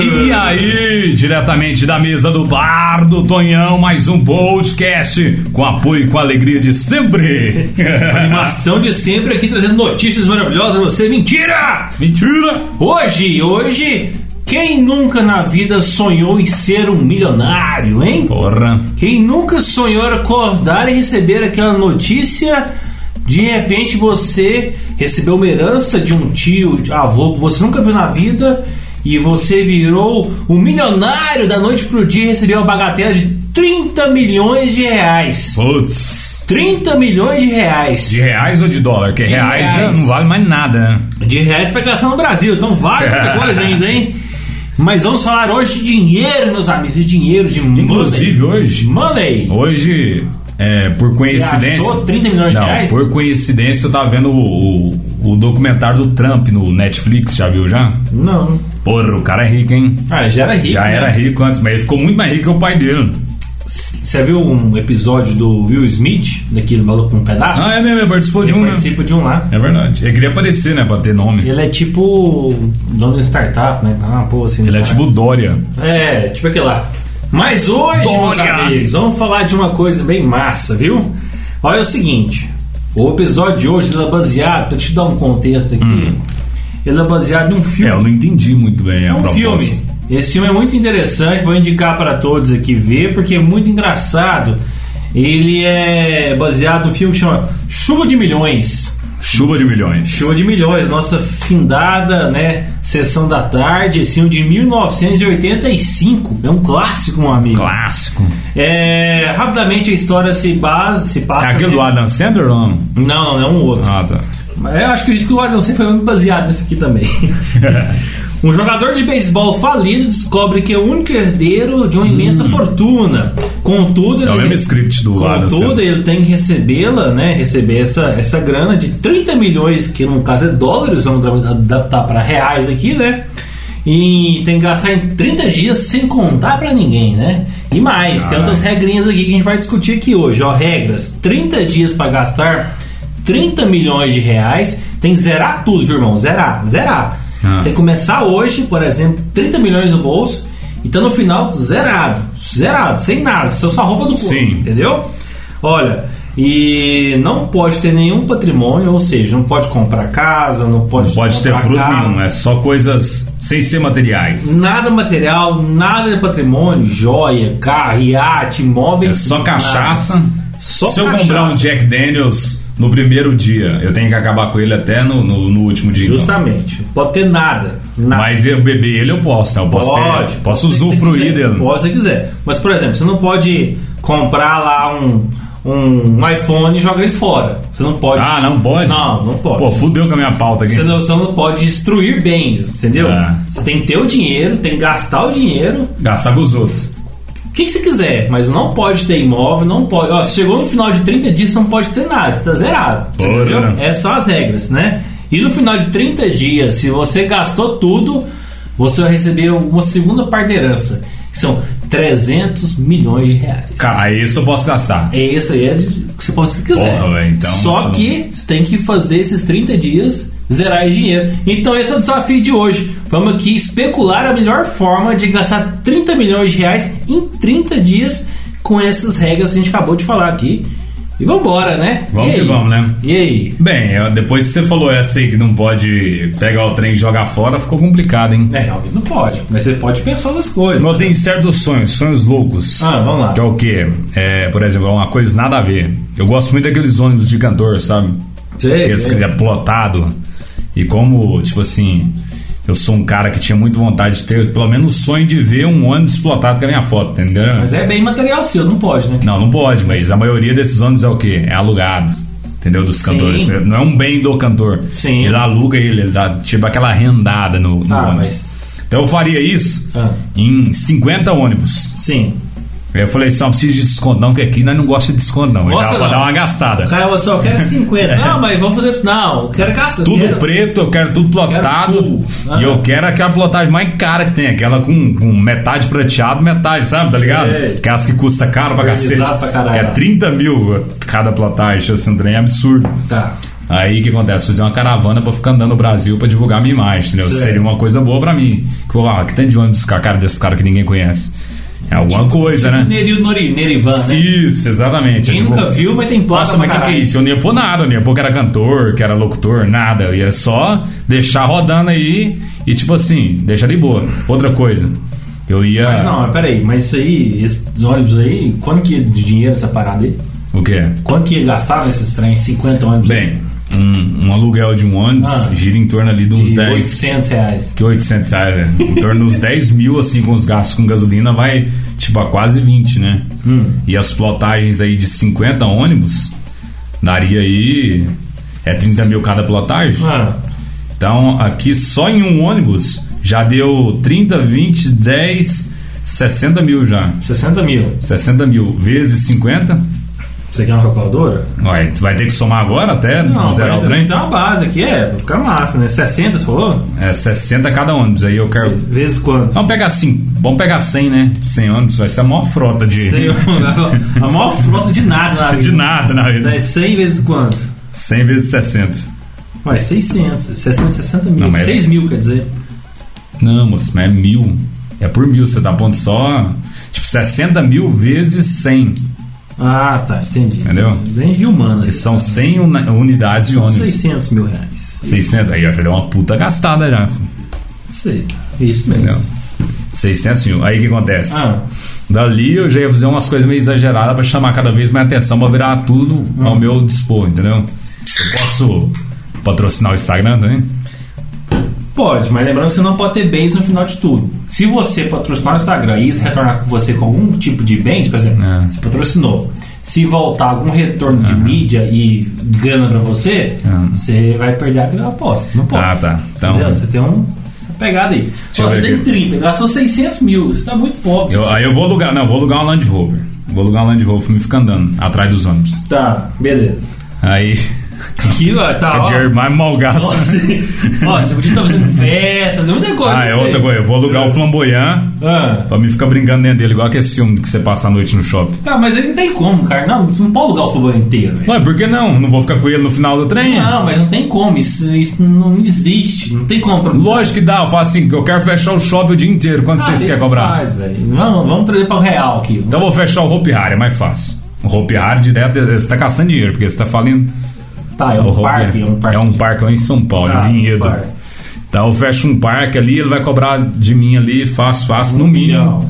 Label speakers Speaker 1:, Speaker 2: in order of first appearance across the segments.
Speaker 1: E aí, diretamente da mesa do bar do Tonhão, mais um podcast com apoio e com alegria de sempre.
Speaker 2: Animação de sempre aqui trazendo notícias maravilhosas pra você. Mentira!
Speaker 1: Mentira!
Speaker 2: Hoje, hoje, quem nunca na vida sonhou em ser um milionário, hein?
Speaker 1: Porra.
Speaker 2: Quem nunca sonhou acordar e receber aquela notícia? De repente você recebeu uma herança de um tio, de avô que você nunca viu na vida e você virou um milionário da noite pro dia e recebeu uma bagatela de 30 milhões de reais.
Speaker 1: Putz.
Speaker 2: 30 milhões de reais.
Speaker 1: De reais ou de dólar? Porque reais, já
Speaker 2: reais.
Speaker 1: não vale mais nada. né?
Speaker 2: de reais para gastar no Brasil. Então
Speaker 1: É.
Speaker 2: vale muita coisa ainda, hein? Mas vamos falar hoje de dinheiro, meus amigos, de dinheiro, de money.
Speaker 1: Inclusive, hoje-
Speaker 2: Money!
Speaker 1: Hoje, é, por coincidência.
Speaker 2: achou 30 milhões de
Speaker 1: não,
Speaker 2: reais?
Speaker 1: Por coincidência, eu tava vendo o, o, o documentário do Trump no Netflix, já viu já?
Speaker 2: Não.
Speaker 1: Porra, o cara é rico, hein?
Speaker 2: Ah, já era rico.
Speaker 1: Já
Speaker 2: né?
Speaker 1: era rico antes, mas ele ficou muito mais rico que o pai dele.
Speaker 2: Você viu um episódio do Will Smith, daquele maluco com um pedaço?
Speaker 1: Ah, é mesmo, ele participou de
Speaker 2: Ele
Speaker 1: um, né?
Speaker 2: participa de um lá.
Speaker 1: É verdade. Ele queria aparecer, né, pra ter nome.
Speaker 2: Ele é tipo dono de startup, né? Ah, pô, assim.
Speaker 1: Ele é
Speaker 2: cara.
Speaker 1: tipo o Dória.
Speaker 2: É, tipo aquele lá. Mas hoje, meus
Speaker 1: Dória!
Speaker 2: amigos, vamos falar de uma coisa bem massa, viu? Olha o seguinte, o episódio de hoje ele é baseado, pra te dar um contexto aqui, ele é baseado em um
Speaker 1: É, eu
Speaker 2: filme.
Speaker 1: não entendi muito bem
Speaker 2: É,
Speaker 1: a
Speaker 2: um
Speaker 1: proposta.
Speaker 2: filme. Esse filme é muito interessante, vou indicar para todos aqui ver, porque é muito engraçado. Ele é baseado no filme que chama Chuva de Milhões.
Speaker 1: Chuva de milhões.
Speaker 2: Show de milhões, nossa findada, né, sessão da tarde, assim, o de 1985, é um clássico, meu amigo.
Speaker 1: Clássico.
Speaker 2: É, rapidamente a história se base, se
Speaker 1: É
Speaker 2: passa...
Speaker 1: aquele do Adam Sandler ou não?
Speaker 2: Não, não, é um outro.
Speaker 1: Ah, tá.
Speaker 2: Mas Eu acho que o Adam Sandler foi muito baseado nesse aqui também. um jogador de beisebol falido descobre que é o único herdeiro de uma imensa fortuna. Contudo,
Speaker 1: Hum. É o
Speaker 2: ele-
Speaker 1: mesmo script do Adam
Speaker 2: Contudo,
Speaker 1: Sandler.
Speaker 2: ele tem que recebê-la, né? Receber essa, essa grana de 30 milhões, que no caso é dólares, vamos tra- adaptar para reais aqui, né? E tem que gastar em 30 dias sem contar para ninguém, né? E mais, tem outras regrinhas aqui que a gente vai discutir aqui hoje, ó. Regras: 30 dias para gastar 30 milhões de reais, tem que zerar tudo, viu, irmão? Zerar, zerar.
Speaker 1: Ah.
Speaker 2: Tem que começar hoje, por exemplo, 30 milhões no bolso, então no final, zerado. Zerado, sem nada, só sua roupa do corpo,
Speaker 1: Sim.
Speaker 2: Entendeu? Olha, e não pode ter nenhum patrimônio, ou seja, não pode comprar casa, não pode,
Speaker 1: Não pode ter
Speaker 2: comprar
Speaker 1: fruto
Speaker 2: carro,
Speaker 1: nenhum, é só coisas sem ser materiais.
Speaker 2: Nada material, nada de patrimônio, joia, carro, iate,
Speaker 1: É
Speaker 2: imóveis.
Speaker 1: só
Speaker 2: nada.
Speaker 1: cachaça.
Speaker 2: Só
Speaker 1: Se eu
Speaker 2: cachaça.
Speaker 1: comprar um Jack Daniels no primeiro dia, eu tenho que acabar com ele até no, no- no último dia. então.
Speaker 2: Justamente, não pode ter nada. nada.
Speaker 1: Mas eu beber ele eu posso, né? Eu posso, ter, posso usufruir
Speaker 2: se quiser,
Speaker 1: dele.
Speaker 2: Pode se quiser. Mas, por exemplo, você não pode comprar lá um, um iPhone e jogar ele fora. Você não pode.
Speaker 1: Ah, não pode?
Speaker 2: Não, não pode.
Speaker 1: Pô, fudeu com a minha pauta aqui.
Speaker 2: Você não, você não pode destruir bens, entendeu?
Speaker 1: É.
Speaker 2: Você tem que ter o dinheiro, tem que gastar o dinheiro,
Speaker 1: Gastar com os outros.
Speaker 2: o que, que você quiser, mas não pode ter imóvel, não pode. Ó, se chegou no final de 30 dias, você não pode ter nada, você tá zerado. você
Speaker 1: Porra.
Speaker 2: entendeu? Essas são as regras, né? E no final de 30 dias, se você gastou tudo, você vai receber uma segunda parte da herança, que são 300 milhões de reais.
Speaker 1: Cara, aí isso eu posso gastar.
Speaker 2: É isso aí, é de- que você pode se quiser.
Speaker 1: Porra, velho, então
Speaker 2: Só
Speaker 1: isso-
Speaker 2: que você tem que fazer esses 30 dias zerar esse dinheiro. Então esse é o desafio de hoje. Vamos aqui especular a melhor forma de gastar 30 milhões de reais em 30 dias com essas regras que a gente acabou de falar aqui. E vambora, né?
Speaker 1: Vamos
Speaker 2: E
Speaker 1: que
Speaker 2: aí?
Speaker 1: vamos, né?
Speaker 2: E aí?
Speaker 1: Bem, eu- depois que você falou essa aí que não pode pegar o trem e jogar fora, ficou complicado, hein?
Speaker 2: É, realmente não pode, mas você pode pensar nas coisas.
Speaker 1: Eu tenho certos sonhos, sonhos loucos.
Speaker 2: Ah, vamos lá.
Speaker 1: Que é o quê? É, por exemplo, uma coisa nada a ver. Eu gosto muito daqueles ônibus de cantor, sabe?
Speaker 2: Sei,
Speaker 1: Aqueles
Speaker 2: sei.
Speaker 1: que é plotado. E como, tipo assim, eu sou um cara que tinha muito vontade de ter, pelo menos o sonho de ver um ônibus plotado com a minha foto, entendeu?
Speaker 2: Mas é bem material seu, não pode, né?
Speaker 1: Não, não pode, mas a maioria desses ônibus é o quê? É alugado. Entendeu? Dos cantores. Não é um bem do cantor.
Speaker 2: Sim.
Speaker 1: Ele aluga ele, ele dá tipo aquela rendada no, no
Speaker 2: Ah,
Speaker 1: ônibus.
Speaker 2: mas-
Speaker 1: Então eu faria isso
Speaker 2: Ah.
Speaker 1: em 50 ônibus.
Speaker 2: Sim.
Speaker 1: Eu falei, só não precisa de desconto, não, que aqui nós não gosta de desconto, não.
Speaker 2: Gosta
Speaker 1: já pra
Speaker 2: não.
Speaker 1: dar uma gastada.
Speaker 2: O cara falou assim, eu quero 50. Não, mas vamos fazer. Não, eu quero gastar.
Speaker 1: Tudo
Speaker 2: quero...
Speaker 1: preto, eu quero tudo plotado.
Speaker 2: full.
Speaker 1: e eu
Speaker 2: Ah.
Speaker 1: quero aquela plotagem mais cara que tem, aquela com, com metade prateado, metade, sabe, tá ligado?
Speaker 2: Sei.
Speaker 1: Aquelas que custa caro pra cacete.
Speaker 2: Organizado pra caralho.
Speaker 1: que é 30 mil cada plotagem, assim, trem é absurdo.
Speaker 2: Tá.
Speaker 1: Aí o que acontece? Fazer uma caravana pra ficar andando no Brasil pra divulgar minha imagem, entendeu?
Speaker 2: Certo.
Speaker 1: Seria uma coisa boa pra mim. Que, ah, que tem de ônibus com a cara desses caras que ninguém conhece. É alguma coisa, né?
Speaker 2: Neril Nori, Nerivan, né?
Speaker 1: Isso, exatamente.
Speaker 2: Quem
Speaker 1: É tipo,
Speaker 2: nunca viu, mas tem placa
Speaker 1: Nossa, mas o que,
Speaker 2: pra
Speaker 1: que é
Speaker 2: caralho.
Speaker 1: isso? Eu não ia pôr nada, eu não ia pôr que era cantor, que era locutor, nada. Eu ia só deixar rodando aí e, tipo assim, deixar de boa. Outra coisa, eu ia.
Speaker 2: Mas não, mas peraí, mas isso aí, esses ônibus aí, quanto que é de dinheiro essa parada aí?
Speaker 1: O quê?
Speaker 2: Quanto que gastava esses trens? 50 ônibus?
Speaker 1: Bem, um, um aluguel de um ônibus
Speaker 2: Ah.
Speaker 1: gira em torno ali de uns
Speaker 2: de
Speaker 1: 10.
Speaker 2: 800 reais.
Speaker 1: Que 800 reais, né? Em torno dos 10 mil, assim, com os gastos com gasolina, vai, tipo, a quase 20, né?
Speaker 2: Hum.
Speaker 1: E as plotagens aí de 50 ônibus, daria aí. É 30 mil cada plotagem?
Speaker 2: Ah,
Speaker 1: Então, aqui só em um ônibus já deu 30, 20, 10, 60 mil já.
Speaker 2: 60 mil.
Speaker 1: 60 mil vezes 50.
Speaker 2: Você quer uma calculadora?
Speaker 1: Ué, tu vai ter que somar agora até zerar o
Speaker 2: peraí,
Speaker 1: trem?
Speaker 2: Tem uma base aqui, é, pra ficar massa, né? 60, você falou?
Speaker 1: É 60 cada ônibus. Aí eu quero.
Speaker 2: Vezes quanto?
Speaker 1: Vamos pegar assim, vamos pegar 100, né? 100 ônibus, vai ser a maior frota de.
Speaker 2: Sei, a maior frota de nada na vida.
Speaker 1: De nada na
Speaker 2: Então
Speaker 1: vida.
Speaker 2: é 100 vezes quanto?
Speaker 1: 100 vezes 60.
Speaker 2: Ué, é 600. 60, 60 mil.
Speaker 1: Não, mas- é
Speaker 2: 6 mil, quer dizer.
Speaker 1: Não, moço, mas é mil. É por mil, você tá pondo só. Tipo, 60 mil vezes 100,
Speaker 2: Ah, tá, entendi.
Speaker 1: Entendeu?
Speaker 2: Bem de humana.
Speaker 1: que são 100 uni- unidades de ônibus.
Speaker 2: 600 mil reais.
Speaker 1: 600, aí ó, já deu é uma puta gastada já.
Speaker 2: Sei. Isso mesmo.
Speaker 1: Entendeu? 600 mil. Aí o que acontece?
Speaker 2: É. Ah,
Speaker 1: Dali eu já ia fazer umas coisas meio exageradas pra chamar cada vez mais atenção, pra virar tudo
Speaker 2: Ah.
Speaker 1: ao meu dispor, entendeu? Eu posso patrocinar o Instagram também?
Speaker 2: pode, mas lembrando que você não pode ter bens no final de tudo. Se você patrocinar o Instagram e isso retornar com você com algum tipo de bens, por exemplo,
Speaker 1: É.
Speaker 2: você patrocinou. Se voltar algum retorno de mídia e grana pra você,
Speaker 1: Aham.
Speaker 2: você vai perder aquela aposta. Não pode.
Speaker 1: É. Ah, tá. Então,
Speaker 2: Entendeu? Você tem um uma pegada aí.
Speaker 1: eu
Speaker 2: Ó, você
Speaker 1: ver
Speaker 2: tem
Speaker 1: aqui.
Speaker 2: 30, gastou 600 mil. Você tá muito pobre.
Speaker 1: eu- aí eu vou alugar, não, eu vou alugar um Land Rover. Vou alugar um Land Rover pra me ficar andando atrás dos ônibus.
Speaker 2: Tá, beleza.
Speaker 1: Aí,
Speaker 2: Aqui, ó, tá.
Speaker 1: é
Speaker 2: ó.
Speaker 1: dinheiro mais mal gasto.
Speaker 2: Nossa, nossa, você podia estar fazendo festa, fazendo muita coisa.
Speaker 1: ah, é
Speaker 2: não sei.
Speaker 1: outra coisa. Eu vou alugar o Flamboyant
Speaker 2: Ah.
Speaker 1: pra me ficar brincando dentro dele, igual aquele filme que você passa a noite no shopping.
Speaker 2: Tá, mas ele não tem como, cara. Não, não pode alugar o futebol inteiro, velho.
Speaker 1: Ué, por que não? Não vou ficar com ele no final do trem?
Speaker 2: Não, mas não tem como. Isso, isso não existe. Não tem como. Pra...
Speaker 1: Lógico que dá, eu falo assim, eu quero fechar o shopping o dia inteiro, quanto
Speaker 2: Ah,
Speaker 1: vocês
Speaker 2: deixa
Speaker 1: querem cobrar?
Speaker 2: Faz, velho. Vamos, vamos trazer para o real aqui.
Speaker 1: Então eu vou fechar o Hope Hard, é mais fácil. O Hope Hard direto, você tá caçando dinheiro, porque você tá falindo.
Speaker 2: Tá, é um
Speaker 1: O Hopi
Speaker 2: parque, é um parque.
Speaker 1: É um parque lá em São Paulo,
Speaker 2: Tá,
Speaker 1: em Vinhedo.
Speaker 2: um parque.
Speaker 1: Então eu fecho um parque ali, ele vai cobrar de mim ali, fácil, fácil, no mínimo.
Speaker 2: Um milhão.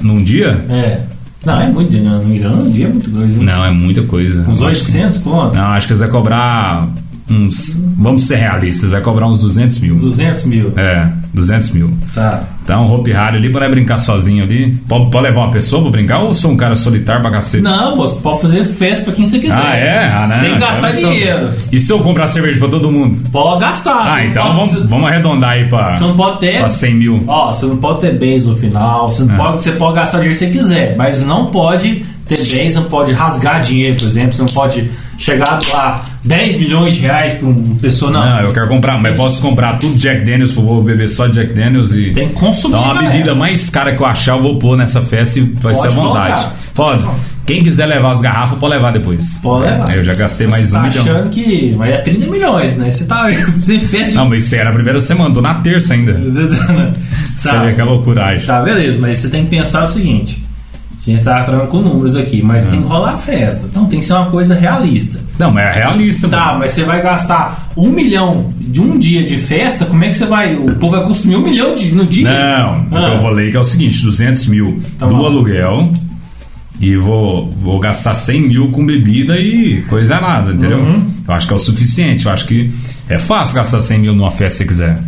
Speaker 1: Num dia?
Speaker 2: É. Não, é muito dinheiro. Um milhão um dia é muito grande. viu?
Speaker 1: Não, é muita coisa.
Speaker 2: Uns
Speaker 1: Eu acho que-
Speaker 2: 800 conto.
Speaker 1: Não, acho que eles vai cobrar uns. Vamos ser realistas, vai cobrar uns 200 mil.
Speaker 2: 200 mil.
Speaker 1: É, 200 mil.
Speaker 2: Tá.
Speaker 1: Então, Hope Hard ali, para brincar sozinho ali. Pode, pode levar uma pessoa pra brincar ou eu sou um cara solitário pra cacete?
Speaker 2: Não, moço, pode fazer festa pra quem você quiser.
Speaker 1: Ah, é? Ah, não,
Speaker 2: Sem
Speaker 1: então
Speaker 2: gastar
Speaker 1: não sou-
Speaker 2: dinheiro. Assim,
Speaker 1: E se eu comprar cerveja pra todo mundo?
Speaker 2: Pode gastar. você
Speaker 1: Ah,
Speaker 2: não
Speaker 1: então
Speaker 2: pode-
Speaker 1: vamos,
Speaker 2: você-
Speaker 1: vamos arredondar aí pra,
Speaker 2: Você não pode ter.
Speaker 1: pra 100 mil.
Speaker 2: Ó, você não pode ter bens no final,
Speaker 1: É.
Speaker 2: você, não pode, você pode gastar dinheiro que você quiser, mas não pode ter bens, não pode rasgar dinheiro, por exemplo, você não pode chegar a 10 milhões de reais pra uma pessoa, não.
Speaker 1: Não, eu quero comprar, mas posso comprar tudo Jack Daniels, eu vou beber só Jack Daniels e.
Speaker 2: Tem que consumir.
Speaker 1: Então, a
Speaker 2: galera.
Speaker 1: bebida mais cara que eu achar, eu vou pôr nessa festa e vai
Speaker 2: Pode
Speaker 1: ser à vontade. Pode. Quem quiser levar as garrafas, pode levar depois.
Speaker 2: Pode levar.
Speaker 1: Aí eu já gastei
Speaker 2: Você
Speaker 1: mais
Speaker 2: tá
Speaker 1: um milhão.
Speaker 2: achando que. Mas é 30 milhões, né? Você tá. Você fez. né?
Speaker 1: Não, mas isso era a primeira semana, tô na terça ainda. Você vê que é
Speaker 2: tá,
Speaker 1: loucura, acho.
Speaker 2: tá, beleza, mas você tem que pensar o seguinte. A gente tá tratando com números aqui, mas
Speaker 1: Uhum.
Speaker 2: tem que rolar a festa. Então tem que ser uma coisa realista.
Speaker 1: Não, mas é realista.
Speaker 2: Tá, mas você vai gastar um milhão de um dia de festa, como é que você vai. O povo vai consumir um milhão de, no dia?
Speaker 1: Não, então
Speaker 2: Ah.
Speaker 1: eu vou ler que é o seguinte: 200 mil
Speaker 2: Tá
Speaker 1: do
Speaker 2: bom.
Speaker 1: aluguel e vou, vou gastar 100 mil com bebida e coisa nada, entendeu?
Speaker 2: Uhum.
Speaker 1: Eu acho que é o suficiente. Eu acho que é fácil gastar 100 mil numa festa se quiser.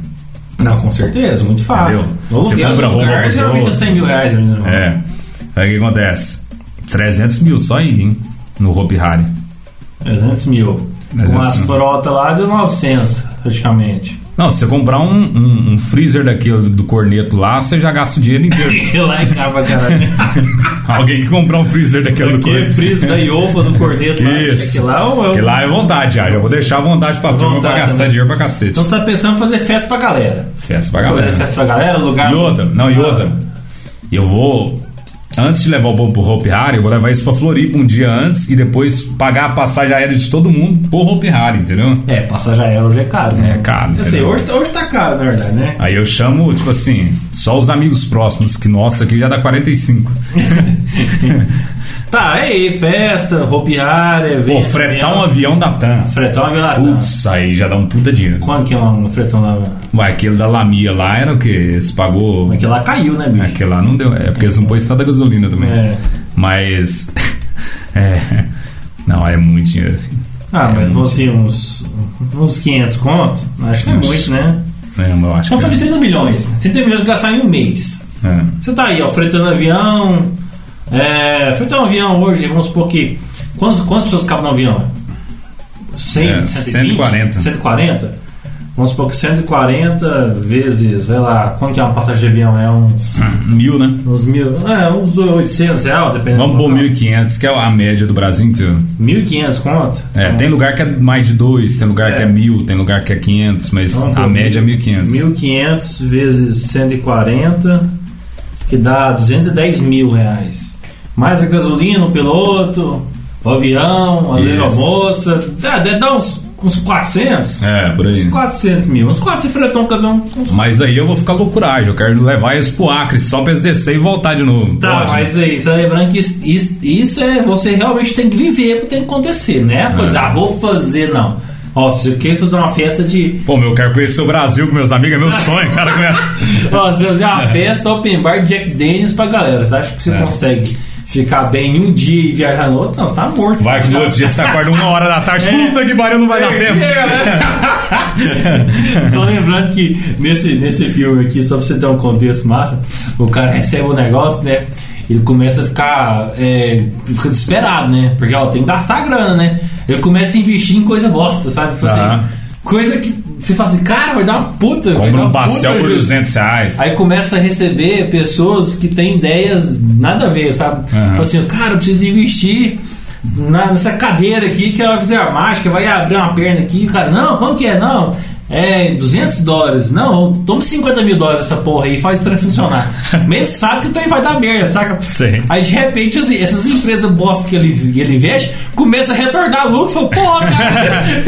Speaker 2: Não, com certeza, muito fácil.
Speaker 1: Entendeu?
Speaker 2: O aluguel
Speaker 1: Você compra
Speaker 2: do lugar,
Speaker 1: roupa pros
Speaker 2: geralmente é
Speaker 1: outros.
Speaker 2: 100 mil reais. né?
Speaker 1: É. Aí o que acontece? 300 mil só aí, hein? No Hopi Hari.
Speaker 2: 300 mil. Com
Speaker 1: 300
Speaker 2: as
Speaker 1: mil.
Speaker 2: frotas lá deu 900, praticamente.
Speaker 1: Não, se você comprar um, um- um freezer daquele do corneto lá, você já gasta o dinheiro inteiro.
Speaker 2: Eu lá em casa, caralho.
Speaker 1: Alguém que comprar um freezer daquele do
Speaker 2: Porque
Speaker 1: corneto.
Speaker 2: friso da Iopa no corneto lá,
Speaker 1: Isso.
Speaker 2: que lá é um-
Speaker 1: Que lá é vontade já. Já vou deixar à vontade pra turma pra
Speaker 2: Vontade,
Speaker 1: gastar
Speaker 2: né?
Speaker 1: dinheiro pra cacete.
Speaker 2: Então você tá pensando em fazer festa pra galera.
Speaker 1: Festa pra galera.
Speaker 2: Fazer festa pra galera, lugar.
Speaker 1: E outra, não,
Speaker 2: Ah.
Speaker 1: e outra. Eu vou. Antes de levar o povo pro Hope Harry, eu vou levar isso pra Floripa um dia antes e depois pagar a passagem aérea de todo mundo pro Hope Harry, entendeu?
Speaker 2: É, passagem aérea hoje é caro, né?
Speaker 1: É caro,
Speaker 2: Eu sei,
Speaker 1: entendeu?
Speaker 2: hoje, hoje tá caro, na verdade, né?
Speaker 1: Aí eu chamo, tipo assim, só os amigos próximos, que nossa, aqui já dá 45.
Speaker 2: Tá, aí, festa, roupiária,
Speaker 1: Pô, fretar um avião da TAM.
Speaker 2: Fretão é lá, tá.
Speaker 1: Putz, aí já dá um puta dinheiro.
Speaker 2: Quanto que é um fretão lá?
Speaker 1: Ué, aquele da Lamia lá era o quê? Você pagou.
Speaker 2: Aquilo lá caiu, né, bicho?
Speaker 1: Aquele lá não deu. É porque eles não pôs tanta gasolina também.
Speaker 2: É.
Speaker 1: Mas. é. Não, é muito dinheiro. filho.
Speaker 2: Ah,
Speaker 1: É
Speaker 2: mas
Speaker 1: muito.
Speaker 2: fosse uns, uns 500 conto, acho que é
Speaker 1: Nossa.
Speaker 2: muito, né?
Speaker 1: É, mas eu acho
Speaker 2: Vamos
Speaker 1: que.
Speaker 2: falar de 30 milhões. 30 milhões de gastar em um mês.
Speaker 1: É.
Speaker 2: Você tá aí, ó, fretando avião. É, fretar um avião hoje, vamos supor que. Quantas, quantas pessoas cabem no avião? 100,
Speaker 1: É,
Speaker 2: 140. 140? Vamos supor que 140 vezes, sei lá, quanto que é uma passagem de avião? É uns.
Speaker 1: Mil, né?
Speaker 2: Uns mil. É, uns 800 reais, dependendo.
Speaker 1: Vamos
Speaker 2: do
Speaker 1: pôr
Speaker 2: local.
Speaker 1: 1.500, que é a média do Brasil inteiro.
Speaker 2: 1.500 conto?
Speaker 1: É, tem lugar que é mais de dois, tem lugar
Speaker 2: É.
Speaker 1: que é mil, tem lugar que é 500, mas
Speaker 2: Vamos
Speaker 1: a
Speaker 2: pôr
Speaker 1: média é 1.500.
Speaker 2: 1.500 vezes 140, que dá 210 mil reais. Mais a gasolina, o piloto, o avião, a
Speaker 1: Isso.
Speaker 2: aeromoça. Dá, dá- dá uns, uns 400?
Speaker 1: É, por aí.
Speaker 2: Uns 400 mil. Uns 400 fretou um caminhão. Uns...
Speaker 1: Mas aí eu vou ficar loucuragem, eu quero levar eles pro Acre só pra eles descer e voltar de novo.
Speaker 2: Tá,
Speaker 1: Pode, né?
Speaker 2: mas aí, você tá lembrando que isso, isso- isso é você realmente tem que viver porque tem que acontecer, né? A coisa,
Speaker 1: É.
Speaker 2: ah, vou fazer, não. Ó, se eu quer fazer uma festa de
Speaker 1: Pô, meu, eu quero conhecer o Brasil com meus amigos, é meu sonho, cara. Conhece...
Speaker 2: Fazer assim, já uma festa open bar Jack Daniels pra galera. Você acha que você
Speaker 1: É.
Speaker 2: consegue ficar bem em um dia e viajar no outro? Não, você tá morto.
Speaker 1: Vai que no outro dia você acorda uma hora da tarde,
Speaker 2: É.
Speaker 1: puta que pariu, não vai dar tempo.
Speaker 2: né? Só lembrando que nesse, nesse filme aqui, só pra você ter um contexto massa, o cara recebe o negócio, né? Ele começa a ficar, é, fica desesperado, né? Porque ó, tem que gastar grana, né? Ele começa a investir em coisa bosta, sabe? Tipo assim,
Speaker 1: Aham.
Speaker 2: Coisa que você fala assim, cara, vai dar uma puta.
Speaker 1: Compra
Speaker 2: vai dar uma
Speaker 1: um
Speaker 2: puta
Speaker 1: pastel por
Speaker 2: ajuda.
Speaker 1: 200 reais.
Speaker 2: Aí começa a receber pessoas que têm ideias nada a ver, sabe?
Speaker 1: Aham.
Speaker 2: Fala assim, cara, eu preciso de investir na- nessa cadeira aqui que ela vai fazer a mágica, vai abrir uma perna aqui. O Cara, não, como que é? Não, é 200 dólares. Não, toma 50 mil dólares essa porra aí e faz o trem funcionar. Mesmo sabe que o trem vai dar merda, saca?
Speaker 1: Sim.
Speaker 2: Aí de repente assim, essas empresas bosta que ele, que ele investe começa a retornar lucro. Fala, porra, cara,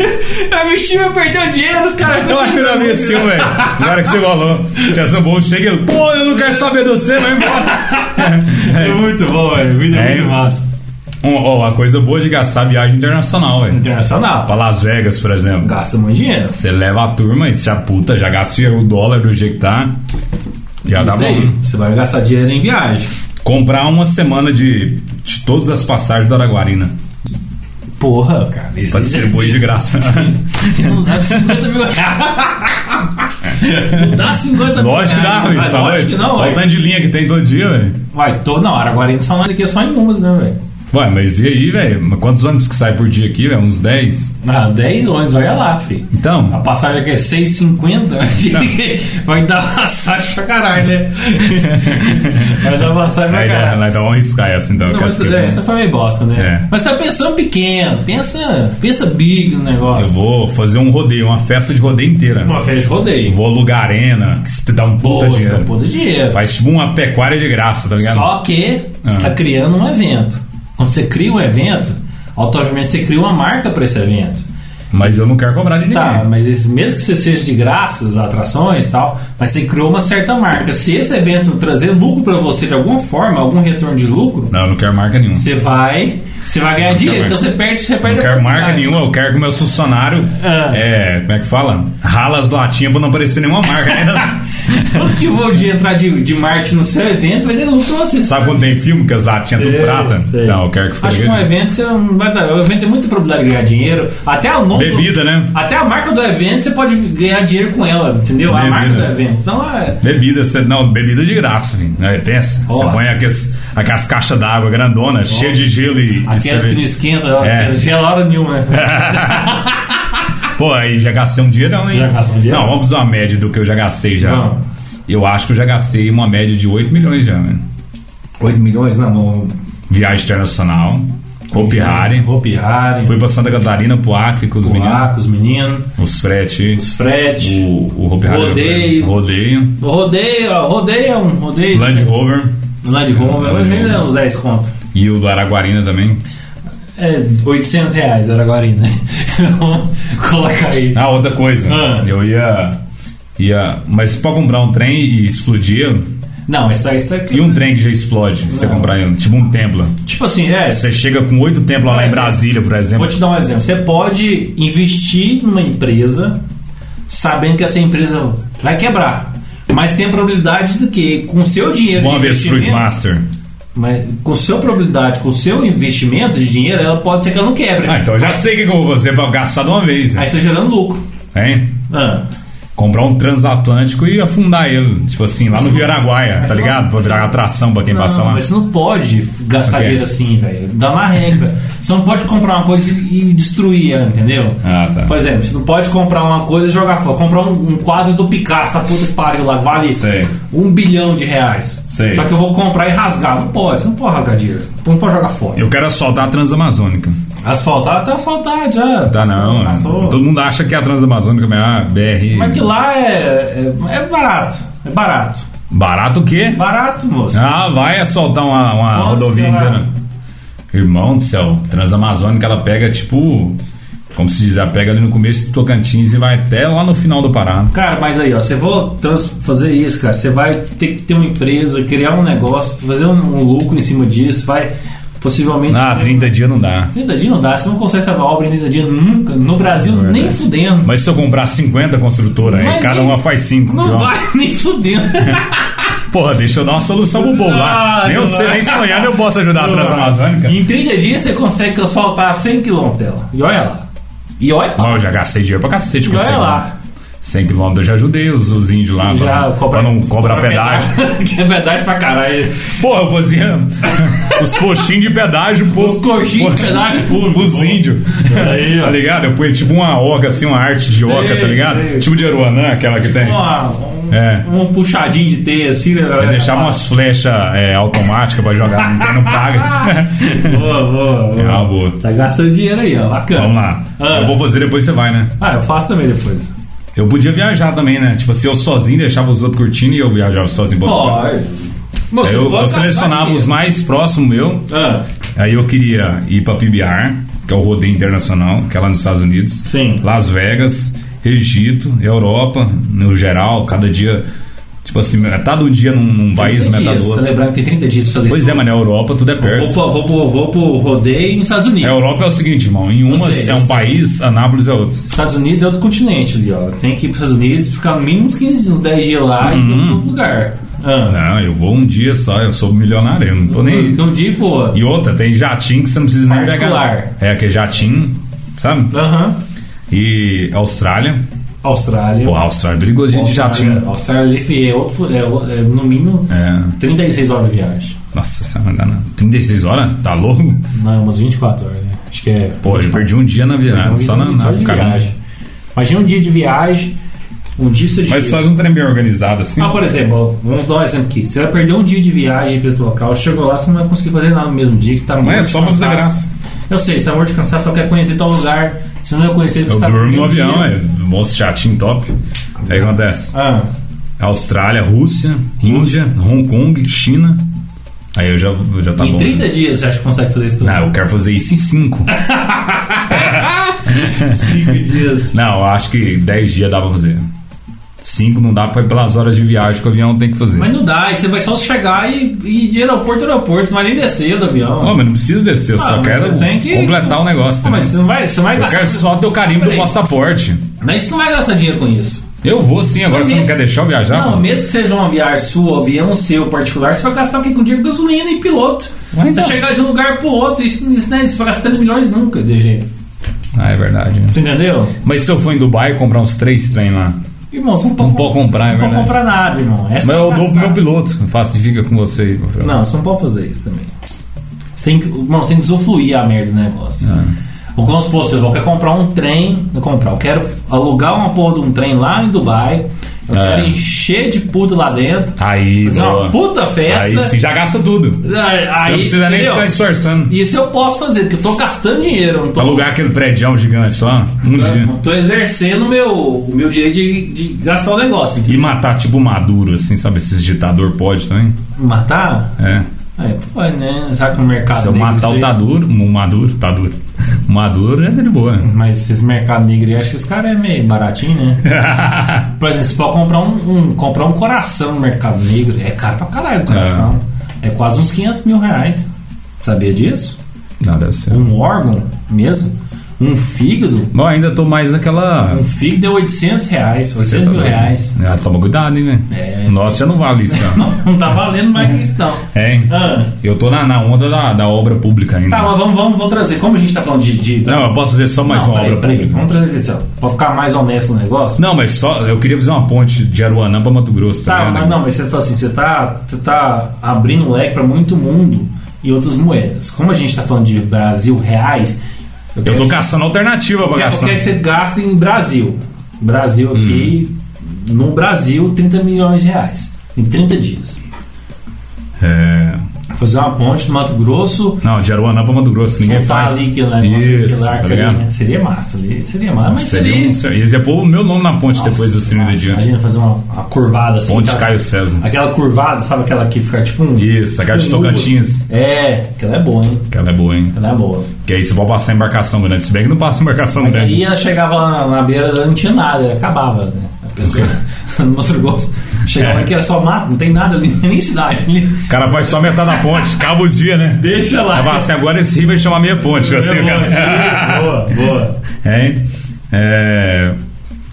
Speaker 2: eu investi, eu perdi o dinheiro, os caras...
Speaker 1: Eu acho que eu já vi esse filme, velho. Agora que você falou. Já são bons, chega e pô, eu não quero saber de você, vai
Speaker 2: É
Speaker 1: embora.
Speaker 2: muito bom, velho. Muito,
Speaker 1: É,
Speaker 2: muito massa.
Speaker 1: Um- Ó, uma coisa boa de gastar viagem internacional, velho.
Speaker 2: Internacional.
Speaker 1: Pra Las Vegas, por exemplo.
Speaker 2: Gasta muito dinheiro.
Speaker 1: Você leva a turma e se a puta já gasta o dólar do jeito que tá. Já dá
Speaker 2: Isso
Speaker 1: bom.
Speaker 2: aí.
Speaker 1: né?
Speaker 2: Você vai gastar dinheiro em viagem.
Speaker 1: Comprar uma semana de, de todas as passagens do Araguarina.
Speaker 2: Porra, cara.
Speaker 1: Pra distribuir de graça.
Speaker 2: Não dá 50 mil reais. Não dá 50 mil
Speaker 1: Lógico que dá, tá
Speaker 2: reais.
Speaker 1: velho.
Speaker 2: Vai,
Speaker 1: sabe?
Speaker 2: Lógico que não,
Speaker 1: Olha o
Speaker 2: ué.
Speaker 1: tanto de linha que tem todo dia, velho.
Speaker 2: Vai, tô, não, Araguari não são mais aqui, é só em umas, né, velho?
Speaker 1: Ué, mas e aí, velho? Mas Quantos ônibus que sai por dia aqui, velho? Uns 10?
Speaker 2: Ah, 10 ônibus, olha lá, filho.
Speaker 1: Então.
Speaker 2: A passagem aqui é
Speaker 1: Tá.
Speaker 2: 6,50, vai dar passagem pra caralho, né? Vai dar passagem pra
Speaker 1: Aí,
Speaker 2: caralho.
Speaker 1: né, então vamos arriscar essa então.
Speaker 2: Não,
Speaker 1: que
Speaker 2: mas
Speaker 1: essa aqui
Speaker 2: é,
Speaker 1: eu-
Speaker 2: essa foi meio bosta, né?
Speaker 1: É.
Speaker 2: Mas você tá pensando pequeno, pensa, pensa big no
Speaker 1: eu
Speaker 2: negócio.
Speaker 1: vou fazer um rodeio, uma festa de rodeio inteira.
Speaker 2: Uma festa de
Speaker 1: Eu
Speaker 2: rodeio.
Speaker 1: vou alugar arena, que se te dá um puta
Speaker 2: Puta
Speaker 1: dinheiro.
Speaker 2: puta é dinheiro.
Speaker 1: Faz tipo uma pecuária de graça, tá ligado?
Speaker 2: Só que você
Speaker 1: Ah.
Speaker 2: tá criando um evento. Quando você cria um evento, automaticamente você cria uma marca para esse evento.
Speaker 1: Mas eu não quero cobrar de ninguém.
Speaker 2: Tá, mas esse- mesmo que você seja de graça, as atrações e tal, mas você criou uma certa marca. Se esse evento trazer lucro para você de alguma forma, algum retorno de lucro,
Speaker 1: Não, eu não quero marca nenhuma.
Speaker 2: você vai, você vai ganhar
Speaker 1: Não quero
Speaker 2: dinheiro.
Speaker 1: marca.
Speaker 2: Então você perde, você
Speaker 1: Eu
Speaker 2: perde
Speaker 1: não
Speaker 2: a
Speaker 1: quero marca
Speaker 2: oportunidade.
Speaker 1: nenhuma, eu quero que meus funcionários.
Speaker 2: Ah.
Speaker 1: É, como é que fala? Rala as latinhas pra não aparecer nenhuma marca. né?
Speaker 2: Quanto que vou de entrar de, de marketing no seu evento vai ter lucro pra você.
Speaker 1: Sabe tá quando tem filme que as latinhas tudo
Speaker 2: Sei,
Speaker 1: prata?
Speaker 2: sei.
Speaker 1: Não, eu quero que fique.
Speaker 2: Acho que um evento você não vai dar. O evento tem muita probabilidade de ganhar dinheiro. Até o nome. do-
Speaker 1: Bebida, né?
Speaker 2: até a marca do evento você pode ganhar dinheiro com ela, entendeu? A
Speaker 1: Bebida.
Speaker 2: marca do evento. Então é.
Speaker 1: Bebida, cê- não, bebida de graça, né? hein? Aí, pensa. Você
Speaker 2: Nossa.
Speaker 1: põe aquelas, aquelas caixas d'água grandona, cheia de gelo e. e
Speaker 2: Aquelas
Speaker 1: cerve-
Speaker 2: que não esquenta, ó,
Speaker 1: É.
Speaker 2: gela hora nenhuma, né?
Speaker 1: Pô, Pô, aí já gastei um dinheirão, hein?
Speaker 2: Já gastou um dinheirão.
Speaker 1: Não, vamos fazer uma média do que eu já gastei já.
Speaker 2: Vamos.
Speaker 1: Eu acho que eu já gastei uma média de 8 milhões já, mano. É.
Speaker 2: 8 milhões?
Speaker 1: né,
Speaker 2: Não,
Speaker 1: Viagem internacional, Hopi Hari.
Speaker 2: Hopi Hari.
Speaker 1: Fui pra Santa Catarina, pro Acre com os meninos.
Speaker 2: Buracos, menino.
Speaker 1: Os frete.
Speaker 2: Os frete.
Speaker 1: O, o Hopi Hari.
Speaker 2: Rodeio.
Speaker 1: Rodeio.
Speaker 2: Rodeio, ó, rodeio, um rodeio.
Speaker 1: Land Rover.
Speaker 2: Land Rover.
Speaker 1: Land
Speaker 2: Hoje ainda é
Speaker 1: Rover.
Speaker 2: uns 10 conto.
Speaker 1: E o do Araguarina também.
Speaker 2: É 800 reais, era agora ainda. Vamos colocar aí.
Speaker 1: Ah, outra coisa.
Speaker 2: Ah.
Speaker 1: Eu ia. ia mas pra comprar um trem e explodir.
Speaker 2: Não, isso aí está
Speaker 1: E um trem que já explode, se você
Speaker 2: Não.
Speaker 1: comprar ele, tipo um templo.
Speaker 2: Tipo assim, é.
Speaker 1: Você chega com oito templos lá em
Speaker 2: Mas é-
Speaker 1: Brasília, por exemplo.
Speaker 2: Vou te dar um exemplo. Você pode investir numa empresa sabendo que essa empresa vai quebrar. Mas tem a probabilidade do que com seu dinheiro.
Speaker 1: Bom
Speaker 2: de
Speaker 1: avestruz
Speaker 2: investimento-
Speaker 1: master.
Speaker 2: Mas com sua probabilidade, com seu investimento de dinheiro, ela pode ser que ela não quebre.
Speaker 1: Ah, então eu já sei o que que eu vou fazer pra gastar de uma vez. Né?
Speaker 2: Aí você gerando lucro.
Speaker 1: Hein?
Speaker 2: Ah,
Speaker 1: Comprar um transatlântico e afundar ele, tipo assim, lá no Rio Araguaia, tá
Speaker 2: não-
Speaker 1: ligado? Pra virar atração pra quem
Speaker 2: não,
Speaker 1: passar lá.
Speaker 2: mas você não pode gastar
Speaker 1: Ok.
Speaker 2: dinheiro assim, velho. Dá uma regra. Você não pode comprar uma coisa e destruir ela, entendeu?
Speaker 1: Ah, tá.
Speaker 2: Por exemplo, você não pode comprar uma coisa e jogar fora. Comprar um, um quadro do Picasso, da puta que pariu lá, que vale
Speaker 1: Sei.
Speaker 2: um bilhão de reais.
Speaker 1: Sei.
Speaker 2: Só que eu vou comprar e rasgar. Não pode, você não pode rasgar dinheiro. Não pode jogar fora.
Speaker 1: Eu quero assaltar a Transamazônica.
Speaker 2: Asfaltar até asfaltar já.
Speaker 1: Tá não,
Speaker 2: Passou.
Speaker 1: né? todo mundo acha que a Transamazônica é a BR.
Speaker 2: Mas que lá é, é, é barato. É barato.
Speaker 1: Barato o quê?
Speaker 2: Barato, moço.
Speaker 1: Ah, vai assaltar uma, uma
Speaker 2: Nossa,
Speaker 1: rodovia
Speaker 2: cara.
Speaker 1: inteira. Irmão do céu, Transamazônica ela pega tipo. Como se diz, ela pega ali no começo do Tocantins e vai até lá no final do Pará.
Speaker 2: Cara, mas aí, ó, você vou trans- fazer isso, cara. Você vai ter que ter uma empresa, criar um negócio, fazer um, um lucro em cima disso, vai possivelmente.
Speaker 1: Ah, 30 dias não dá.
Speaker 2: 30 dias não dá, você não consegue salvar a obra em 30 dias nunca. No Brasil,
Speaker 1: É
Speaker 2: nem
Speaker 1: verdade.
Speaker 2: fudendo.
Speaker 1: Mas se eu comprar 50 construtoras, aí
Speaker 2: Mas
Speaker 1: cada
Speaker 2: nem-
Speaker 1: uma faz 5.
Speaker 2: Não vai nem fudendo.
Speaker 1: Porra, deixa eu dar uma solução pro povo lá.
Speaker 2: Ah,
Speaker 1: Nem eu
Speaker 2: não
Speaker 1: sei,
Speaker 2: vai.
Speaker 1: nem sonhando eu posso ajudar a Tá Transamazônica.
Speaker 2: Em 30 dias você consegue asfaltar 100 km dela. E olha lá. E olha lá.
Speaker 1: Mas eu já gastei dinheiro pra cacete com
Speaker 2: E olha
Speaker 1: 100
Speaker 2: lá.
Speaker 1: quilômetros. 100 quilômetros eu já ajudei os, os índios lá pra, pra não cobrar pedágio.
Speaker 2: que é verdade pra caralho.
Speaker 1: Porra, eu fazia os coxinhos de pedágio, pô.
Speaker 2: Os coxinhos de pedágio público,
Speaker 1: Os
Speaker 2: pô.
Speaker 1: índios.
Speaker 2: Aí, ó.
Speaker 1: tá ligado? Eu punha tipo uma oca, assim, uma arte de oca, tá ligado?
Speaker 2: sei.
Speaker 1: Tipo de Aruanã, aquela que tem.
Speaker 2: Uma- um,
Speaker 1: É.
Speaker 2: um puxadinho de teia assim, né?
Speaker 1: Aí
Speaker 2: galera?
Speaker 1: deixava umas flechas é, automáticas pra jogar, não tem, não paga.
Speaker 2: Boa, boa,
Speaker 1: É
Speaker 2: boa.
Speaker 1: uma boa.
Speaker 2: Tá gastando dinheiro aí, ó. Bacana.
Speaker 1: Vamos lá.
Speaker 2: Ah.
Speaker 1: Eu vou fazer depois você vai, né?
Speaker 2: Ah, eu faço também depois.
Speaker 1: Eu podia viajar também, né? Tipo assim, eu sozinho deixava os outros curtindo e eu viajava sozinho. pra outro lugar.
Speaker 2: Moço,
Speaker 1: eu,
Speaker 2: pode
Speaker 1: eu
Speaker 2: gastar
Speaker 1: selecionava os
Speaker 2: dinheiro.
Speaker 1: mais próximos meu,
Speaker 2: Ah,
Speaker 1: Aí eu queria ir pra PBR, que é o rodeio internacional, que é lá nos Estados Unidos.
Speaker 2: Sim.
Speaker 1: Las Vegas, Egito, Europa, no geral, cada dia. Tipo assim, metade do dia num, num país,
Speaker 2: 30
Speaker 1: metade
Speaker 2: dias.
Speaker 1: do
Speaker 2: Tá
Speaker 1: outro.
Speaker 2: lembrando que tem 30 dias pra fazer
Speaker 1: né, Pois
Speaker 2: isso.
Speaker 1: é, mano, a Europa tudo é
Speaker 2: Vou,
Speaker 1: perto.
Speaker 2: pro- vou, pro- vou pro rodeio nos Estados
Speaker 1: A
Speaker 2: Unidos.
Speaker 1: Europa é o seguinte, irmão, em uma
Speaker 2: sei,
Speaker 1: é
Speaker 2: eu
Speaker 1: um
Speaker 2: sei.
Speaker 1: país, Anápolis é outro.
Speaker 2: Estados Unidos é outro continente ali, ó. Tem que ir pros Estados Unidos, ficar no mínimo uns 15, uns 10 dias lá e ir
Speaker 1: Uhum.
Speaker 2: pra outro lugar. Ah,
Speaker 1: Não, eu vou um dia só, eu sou milionário, eu não tô nem. aí.
Speaker 2: Porque um dia, pô.
Speaker 1: E outra, tem jatinho que você não precisa nem
Speaker 2: Particular.
Speaker 1: pegar. É, que é jatinho, sabe?
Speaker 2: Aham.
Speaker 1: E Austrália.
Speaker 2: Austrália.
Speaker 1: Pô, a Austrália é perigoso de ir de
Speaker 2: Austrália,
Speaker 1: jatinho.
Speaker 2: Austrália ali é, outro, é, o- é no mínimo
Speaker 1: É.
Speaker 2: 36 horas de viagem.
Speaker 1: Nossa, você não dá não. 36 horas? Tá louco?
Speaker 2: Não, umas 24 horas, né? Acho que é.
Speaker 1: Pô, eu perdi um dia na virada, só na, na
Speaker 2: 24 é de
Speaker 1: caminhada.
Speaker 2: viagem. Imagina um dia de viagem, um dia você
Speaker 1: Mas
Speaker 2: chega-
Speaker 1: faz um trem bem organizado assim.
Speaker 2: Ah, por exemplo, ó, vamos dar um exemplo aqui. Você vai perder um dia de viagem pra esse local, chegou lá, você não vai conseguir fazer nada no mesmo dia, que tá
Speaker 1: Não
Speaker 2: morto
Speaker 1: é
Speaker 2: de
Speaker 1: só pra fazer
Speaker 2: cansaço.
Speaker 1: graça.
Speaker 2: Eu sei, você tá morto de cansaço, só quer conhecer tal lugar, você não vai conhecer porque
Speaker 1: Eu
Speaker 2: você tá
Speaker 1: durmo
Speaker 2: perdendo
Speaker 1: no avião,
Speaker 2: dia.
Speaker 1: é. Moço chatinho top. Aí o que acontece?
Speaker 2: Ah,
Speaker 1: Austrália, Rússia, Índia, Hong Kong, China. Aí eu já, eu já tá
Speaker 2: em
Speaker 1: bom.
Speaker 2: 30 dias você acha que consegue fazer isso tudo?
Speaker 1: Não, eu quero fazer isso em 5.
Speaker 2: 5 dias.
Speaker 1: não, eu acho que 10 dias dá pra fazer. 5 não dá pra ir pelas horas de viagem que o avião tem que fazer.
Speaker 2: Mas não dá, aí você vai só chegar e, e ir de aeroporto a aeroporto, você não vai nem descer do avião.
Speaker 1: Ó, mas não precisa descer, eu
Speaker 2: Ah,
Speaker 1: só
Speaker 2: mas
Speaker 1: quero
Speaker 2: você tem que-
Speaker 1: completar o negócio.
Speaker 2: Ah,
Speaker 1: né?
Speaker 2: mas você não vai, você não vai
Speaker 1: Eu
Speaker 2: gastar.
Speaker 1: quero só ter o carimbo do
Speaker 2: Peraí.
Speaker 1: passaporte.
Speaker 2: Mas você não vai gastar dinheiro com isso.
Speaker 1: Eu vou sim, agora você não quer deixar eu viajar?
Speaker 2: Não,
Speaker 1: mano?
Speaker 2: mesmo que seja uma viagem sua, avião seu particular, você vai gastar o quê? Com dinheiro de gasolina e piloto.
Speaker 1: Mas
Speaker 2: você
Speaker 1: é.
Speaker 2: chegar de um lugar pro outro, isso, isso, né, isso vai gastando milhões nunca, DG.
Speaker 1: Ah, é verdade. né?
Speaker 2: Você entendeu?
Speaker 1: Mas se eu for em Dubai comprar uns três trem lá,
Speaker 2: Irmão, você não pode,
Speaker 1: não pode comprar, é
Speaker 2: não pode
Speaker 1: verdade.
Speaker 2: comprar nada, irmão. É
Speaker 1: Mas
Speaker 2: só
Speaker 1: eu dou pro
Speaker 2: gastar.
Speaker 1: meu piloto. Eu faço, fica com você aí, meu filho.
Speaker 2: Não, você não pode fazer isso também. Você tem que, irmão, você tem que usufruir a merda do negócio.
Speaker 1: Ah.
Speaker 2: Vamos supor, você quer comprar um trem, não comprar, eu quero alugar uma porra de um trem lá em Dubai, eu
Speaker 1: É.
Speaker 2: quero encher de puta lá dentro,
Speaker 1: Aí,
Speaker 2: fazer
Speaker 1: boa.
Speaker 2: uma puta festa. É,
Speaker 1: Aí sim, já gasta tudo.
Speaker 2: Aí,
Speaker 1: Você não precisa nem
Speaker 2: entendeu?
Speaker 1: ficar esforçando.
Speaker 2: Isso eu posso fazer, porque eu tô gastando dinheiro, eu não tô,
Speaker 1: Alugar aquele prédio gigante lá, um dia.
Speaker 2: não tô exercendo o meu, o meu direito de, de gastar o negócio. entendeu?
Speaker 1: E matar, tipo, Maduro, assim, sabe? Esses ditador pode também.
Speaker 2: Matar?
Speaker 1: É.
Speaker 2: tá, Aí, pô, né? Já que o mercado
Speaker 1: Se eu
Speaker 2: negro,
Speaker 1: matar
Speaker 2: isso aí-
Speaker 1: o Taduro, o Maduro, Taduro. O Maduro é de boa.
Speaker 2: Mas esses mercados negros, aí, acho que esse cara é meio baratinho, né? Por exemplo, você pode comprar um, um- comprar um coração no mercado negro. É caro pra caralho o coração. É, quase uns 500 mil reais. Sabia disso?
Speaker 1: Não, deve ser.
Speaker 2: Um órgão mesmo. Um fígado.
Speaker 1: Bom, ainda tô mais naquela.
Speaker 2: Um fígado é 800 reais,
Speaker 1: Você
Speaker 2: 800
Speaker 1: tá
Speaker 2: mil
Speaker 1: doido.
Speaker 2: reais.
Speaker 1: Ah, toma cuidado, hein, né?
Speaker 2: É.
Speaker 1: Nossa, Nosso já não vale isso, cara.
Speaker 2: Não tá valendo mais que isso, não.
Speaker 1: É, hein?
Speaker 2: Ah,
Speaker 1: Eu tô na, na onda da, da obra pública ainda.
Speaker 2: tá, mas vamos, vamos, vamos trazer. Como a gente tá falando de. de
Speaker 1: Não, eu posso dizer só mais
Speaker 2: Não,
Speaker 1: uma
Speaker 2: peraí,
Speaker 1: obra
Speaker 2: peraí,
Speaker 1: pública.
Speaker 2: Vamos trazer isso, ó. Pra ficar mais honesto no negócio.
Speaker 1: Não, mas só. Eu queria fazer uma ponte de Aruanã pra Mato Grosso, tá,
Speaker 2: Tá,
Speaker 1: ligado?
Speaker 2: mas não, mas você fala assim, você tá, você tá abrindo um leque para muito mundo e outras moedas. Como a gente tá falando de Brasil reais,
Speaker 1: Eu
Speaker 2: quero,
Speaker 1: tô caçando alternativa pra
Speaker 2: eu quero- eu
Speaker 1: gastar.
Speaker 2: quero que você gaste em Brasil. Brasil aqui,
Speaker 1: Hum.
Speaker 2: no Brasil, 30 milhões de reais em 30 dias.
Speaker 1: É.
Speaker 2: Fazer uma ponte no Mato Grosso,
Speaker 1: Não, de Aruanã pra Mato Grosso, ninguém
Speaker 2: montar
Speaker 1: faz.
Speaker 2: ali é aquele negócio,
Speaker 1: Isso,
Speaker 2: aquele arco
Speaker 1: tá
Speaker 2: ali,
Speaker 1: ligado?
Speaker 2: né? Seria massa ali, seria massa. Mas
Speaker 1: Seria
Speaker 2: seria-
Speaker 1: um. ser- Eles iam pôr o meu nome na ponte
Speaker 2: Nossa,
Speaker 1: depois assim no
Speaker 2: nossa,
Speaker 1: dia.
Speaker 2: Imagina fazer uma, uma curvada assim.
Speaker 1: Ponte
Speaker 2: aquela-
Speaker 1: Caio César.
Speaker 2: Aquela curvada, sabe aquela que fica tipo um.
Speaker 1: Isso, aquela de
Speaker 2: um lúgubre.
Speaker 1: Tocantins.
Speaker 2: É, aquela é boa, hein?
Speaker 1: Aquela é boa, hein?
Speaker 2: Aquela é boa.
Speaker 1: Que aí você pode passar embarcação grande. Se bem que não passa embarcação
Speaker 2: Mas
Speaker 1: grande.
Speaker 2: aí é- ela chegava lá na beira, ela não tinha nada, ela acabava, né? A pessoa no Mato Grosso chegava
Speaker 1: É.
Speaker 2: ali que era só mato, não tem nada ali, nem cidade. ali.
Speaker 1: O cara faz só metade da ponte, acaba os dias, né?
Speaker 2: Deixa lá.
Speaker 1: Aí fala assim, agora esse rio vai chamar meia ponte. Assim,
Speaker 2: boa,
Speaker 1: cara.
Speaker 2: né? boa, boa.
Speaker 1: É, hein? é,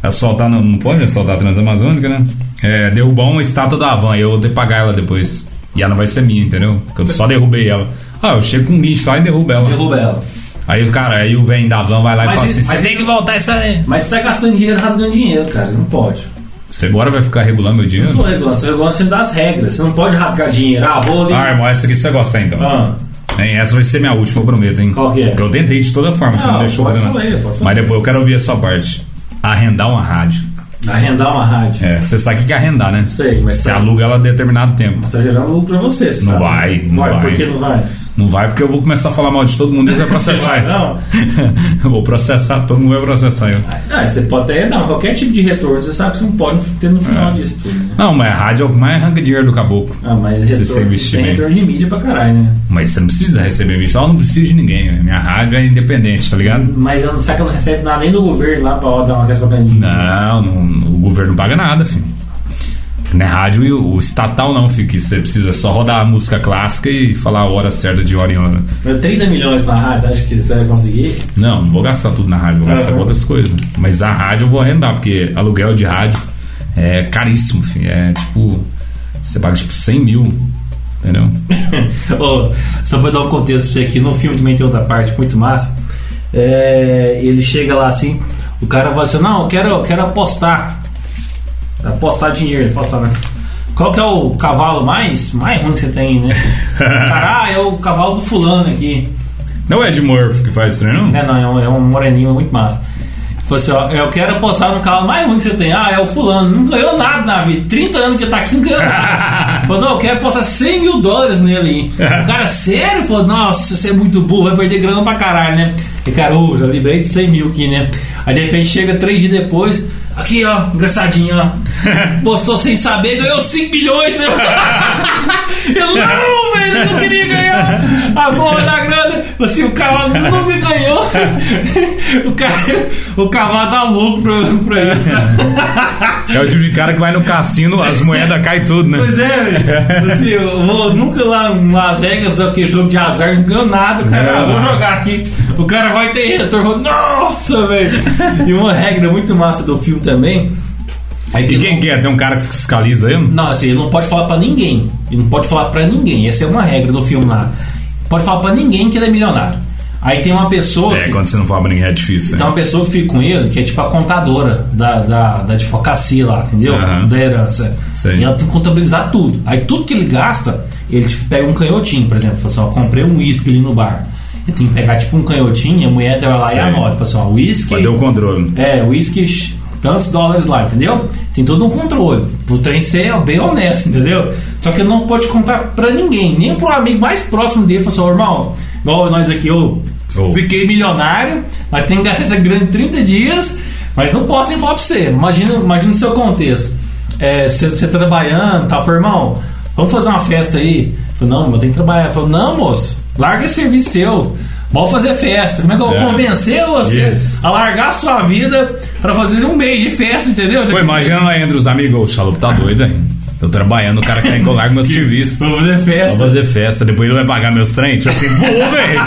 Speaker 1: assaltar não, não pode assaltar a Transamazônica, né? É, derrubar uma estátua da van, eu vou ter que pagar ela depois. E ela vai ser minha, entendeu? Porque eu só derrubei ela. Ah, eu chego com um lixo lá e derrubo ela.
Speaker 2: Derruba ela.
Speaker 1: Aí o cara, aí o vem da van vai lá
Speaker 2: Mas
Speaker 1: e fala
Speaker 2: e-
Speaker 1: assim:
Speaker 2: mas
Speaker 1: Você tem que voltar essa.
Speaker 2: Mas você tá gastando dinheiro rasgando dinheiro, cara. Não pode.
Speaker 1: Você agora vai ficar regulando meu dinheiro?
Speaker 2: Não regulando, regulando das regras. Você não pode rasgar dinheiro. Ah, vou ali.
Speaker 1: Ah, irmão, essa aqui você gosta então.
Speaker 2: Ah.
Speaker 1: Hein, essa vai ser minha última, eu prometo, hein?
Speaker 2: Qual que é?
Speaker 1: Porque eu tentei de toda forma, você
Speaker 2: Não,
Speaker 1: não deixou
Speaker 2: pode
Speaker 1: fazer nada.
Speaker 2: falar aí, pode falar.
Speaker 1: Mas depois eu quero ouvir a sua parte. Arrendar uma rádio.
Speaker 2: Arrendar uma rádio.
Speaker 1: É, você sabe o que é arrendar, né?
Speaker 2: Sei, mas
Speaker 1: Você
Speaker 2: sabe.
Speaker 1: aluga ela a determinado tempo.
Speaker 2: Mas tá gerando lucro pra você, você
Speaker 1: Não
Speaker 2: sabe?
Speaker 1: vai, não vai.
Speaker 2: Por que não vai?
Speaker 1: Não vai porque eu vou começar a falar mal de todo mundo e eles vão processar.
Speaker 2: Vai, não.
Speaker 1: eu vou processar, todo mundo vai processar eu.
Speaker 2: Ah, você pode até dar qualquer tipo de retorno, você sabe que você não pode ter no
Speaker 1: É.
Speaker 2: final disso tudo, né?
Speaker 1: Não, mas a rádio é o que mais arranca dinheiro do caboclo.
Speaker 2: Ah, mas
Speaker 1: Esse
Speaker 2: retorno, tem
Speaker 1: investimento.
Speaker 2: retorno de mídia pra caralho, né?
Speaker 1: Mas você não precisa receber bicho, ela não precisa de ninguém. né? Minha rádio é independente, tá ligado?
Speaker 2: Mas eu não sei que ela não recebe nada nem do governo lá pra ó, dar uma respondadinha.
Speaker 1: Não, não- o governo não paga nada, filho. Não é rádio e o, o estatal não, filho, que você precisa só rodar a música clássica e falar a hora certa de hora em hora.
Speaker 2: Mas 30 milhões na rádio, acho que você vai conseguir.
Speaker 1: Não, não vou gastar tudo na rádio, vou gastar
Speaker 2: Aham.
Speaker 1: com outras coisas. Mas a rádio eu vou arrendar, porque aluguel de rádio é caríssimo, filho. É tipo. Você paga tipo 100 mil, entendeu?
Speaker 2: Ô, só pra dar um contexto pra você aqui, no filme também tem outra parte muito massa. É, ele chega lá assim, o cara fala assim, não, eu quero, eu quero apostar. Apostar dinheiro, apostar, né? Qual que é o cavalo mais, mais ruim que você tem, né? Cara, ah, é o cavalo do fulano aqui.
Speaker 1: Não é Ed Murphy que faz isso, né? Não?
Speaker 2: Né, não, é um, é um moreninho muito massa. Falou assim, ó, eu quero apostar no cavalo mais ruim que você tem. Ah, é o fulano. Não ganhou nada na vida. 30 anos que ele tá aqui, não ganhou nada. Falou, não, eu quero apostar 100 mil dólares nele aí. O cara, sério? Falou, nossa, você é muito burro, vai perder grana pra caralho, né? E cara, ô, já librei de 100 mil aqui, né? Aí de repente chega três dias depois, aqui ó, engraçadinho, ó. Postou sem saber, ganhou 5 milhões. Eu, eu não, velho, eu não queria ganhar a porra da grana. Assim, o cavalo nunca ganhou. O, cara, o cavalo dá louco pra, pra isso.
Speaker 1: É o tipo de cara que vai no cassino, as moedas caem tudo, né?
Speaker 2: Pois é, velho. Assim, eu vou nunca lá em Las Vegas, aquele jogo de azar, não ganho nada, cara.
Speaker 1: Não.
Speaker 2: Eu vou jogar aqui. O cara vai ter retorno. Nossa, velho. E uma regra muito massa do filme também. É
Speaker 1: E quem
Speaker 2: não-
Speaker 1: que é? Tem um cara que fiscaliza aí?
Speaker 2: Não, assim, ele não pode falar pra ninguém. Ele não pode falar pra ninguém. Essa é uma regra do filme lá. Pode falar pra ninguém que ele é milionário. Aí tem uma pessoa.
Speaker 1: É,
Speaker 2: que-
Speaker 1: quando você não fala pra ninguém é difícil.
Speaker 2: tem
Speaker 1: né?
Speaker 2: uma Então, pessoa que fica com ele, que é tipo a contadora da, da, da advocacia lá, entendeu?
Speaker 1: Aham.
Speaker 2: Da herança.
Speaker 1: Sei.
Speaker 2: E ela tem que contabilizar tudo. Aí tudo que ele gasta, ele tipo, pega um canhotinho, por exemplo. Fala assim, ó, comprei um uísque ali no bar. E tem que pegar tipo um canhotinho, a mulher vai lá e
Speaker 1: Sei.
Speaker 2: anota, tipo assim, ó, uísque.
Speaker 1: Cadê o controle?
Speaker 2: É, uísque, tantos dólares lá, entendeu? Tem todo um controle. O trem ser bem honesto, entendeu? Só que ele não pode contar pra ninguém, nem pro amigo mais próximo dele. Falou assim, "Ô, irmão, igual nós aqui, eu
Speaker 1: Ô.
Speaker 2: fiquei milionário, mas tenho que gastar essa grana em 30 dias, mas não posso nem falar pra você. Imagina, imagina o seu contexto. É, você, você trabalhando, tá, falou, irmão, vamos fazer uma festa aí. Falei, não, mas eu tenho que trabalhar. Falou, não, moço, larga esse serviço seu. Vamos fazer festa. Como é que eu vou
Speaker 1: É.
Speaker 2: convencer você
Speaker 1: Isso.
Speaker 2: a largar sua vida pra fazer um mês de festa, entendeu?
Speaker 1: Pô, imagina lá entre os amigos, ô, o Xalup tá doido, hein? Tô trabalhando, o cara quer encolar com meu serviço.
Speaker 2: Vou fazer
Speaker 1: Vou
Speaker 2: festa.
Speaker 1: fazer festa, depois ele vai pagar meus trem. Tipo assim, pô, velho.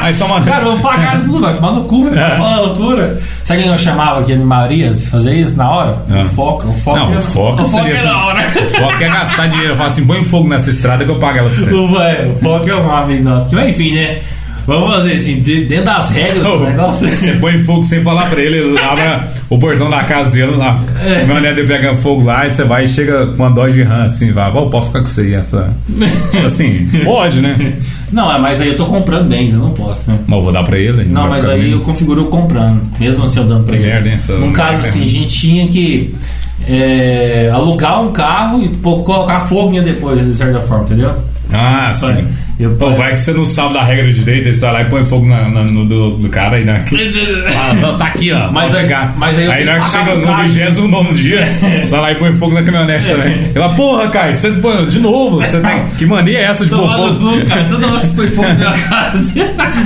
Speaker 1: Aí toma.
Speaker 2: Cara, eu vou pagar tudo, vai tomar no cu,
Speaker 1: É.
Speaker 2: vai falar loucura. Sabe quem eu chamava aqui na maioria se fazer isso na hora?
Speaker 1: É.
Speaker 2: O foco, o foco.
Speaker 1: Não,
Speaker 2: é-
Speaker 1: o foco
Speaker 2: o foco
Speaker 1: seria
Speaker 2: é
Speaker 1: assim,
Speaker 2: na hora.
Speaker 1: O foco é gastar dinheiro. Eu falo assim, põe fogo nessa estrada que eu pago ela pra você.
Speaker 2: O, vai, o foco é um amigo nosso. Mas enfim, né? Vamos fazer assim, de- dentro das regras
Speaker 1: Ô,
Speaker 2: do negócio. assim.
Speaker 1: Você põe fogo sem falar pra ele, ele abre o portão da casa dele lá.
Speaker 2: É.
Speaker 1: Meu neto pega fogo lá e você vai e chega com uma dose de rã assim, vai, "Ô, pode ficar com você aí essa. Assim, pode, né?
Speaker 2: Não, é, mas aí eu tô comprando bens, eu não posso, né?
Speaker 1: Mas eu vou dar pra ele. ele
Speaker 2: Não,
Speaker 1: vai
Speaker 2: mas
Speaker 1: ficar
Speaker 2: aí
Speaker 1: comigo.
Speaker 2: eu configuro comprando, mesmo assim eu dando pra
Speaker 1: Que
Speaker 2: ele.
Speaker 1: merda, hein, essa- é
Speaker 2: Num caso assim, a gente tinha que é, alugar um carro e pô, colocar fogo nele depois, de certa forma, entendeu?
Speaker 1: Ah, sim.
Speaker 2: Eu-
Speaker 1: Pô, vai que você não sabe da regra direito, aí você vai lá e põe fogo na- na- no do, do cara e na. Ah, não, tá aqui, ó.
Speaker 2: Mas
Speaker 1: pode
Speaker 2: aí-
Speaker 1: pegar.
Speaker 2: mas aí eu
Speaker 1: aí
Speaker 2: tenho
Speaker 1: na hora
Speaker 2: que
Speaker 1: que
Speaker 2: pagar
Speaker 1: chega
Speaker 2: o
Speaker 1: no
Speaker 2: cara.
Speaker 1: 29 dia,
Speaker 2: É.
Speaker 1: você vai lá e põe fogo na caminhonete também. Eu falo, porra, Caio, você pô, de novo, você tem. Que mania é essa de pôr
Speaker 2: Tomar no
Speaker 1: fogo?
Speaker 2: cu, cara, toda hora você põe fogo na minha casa.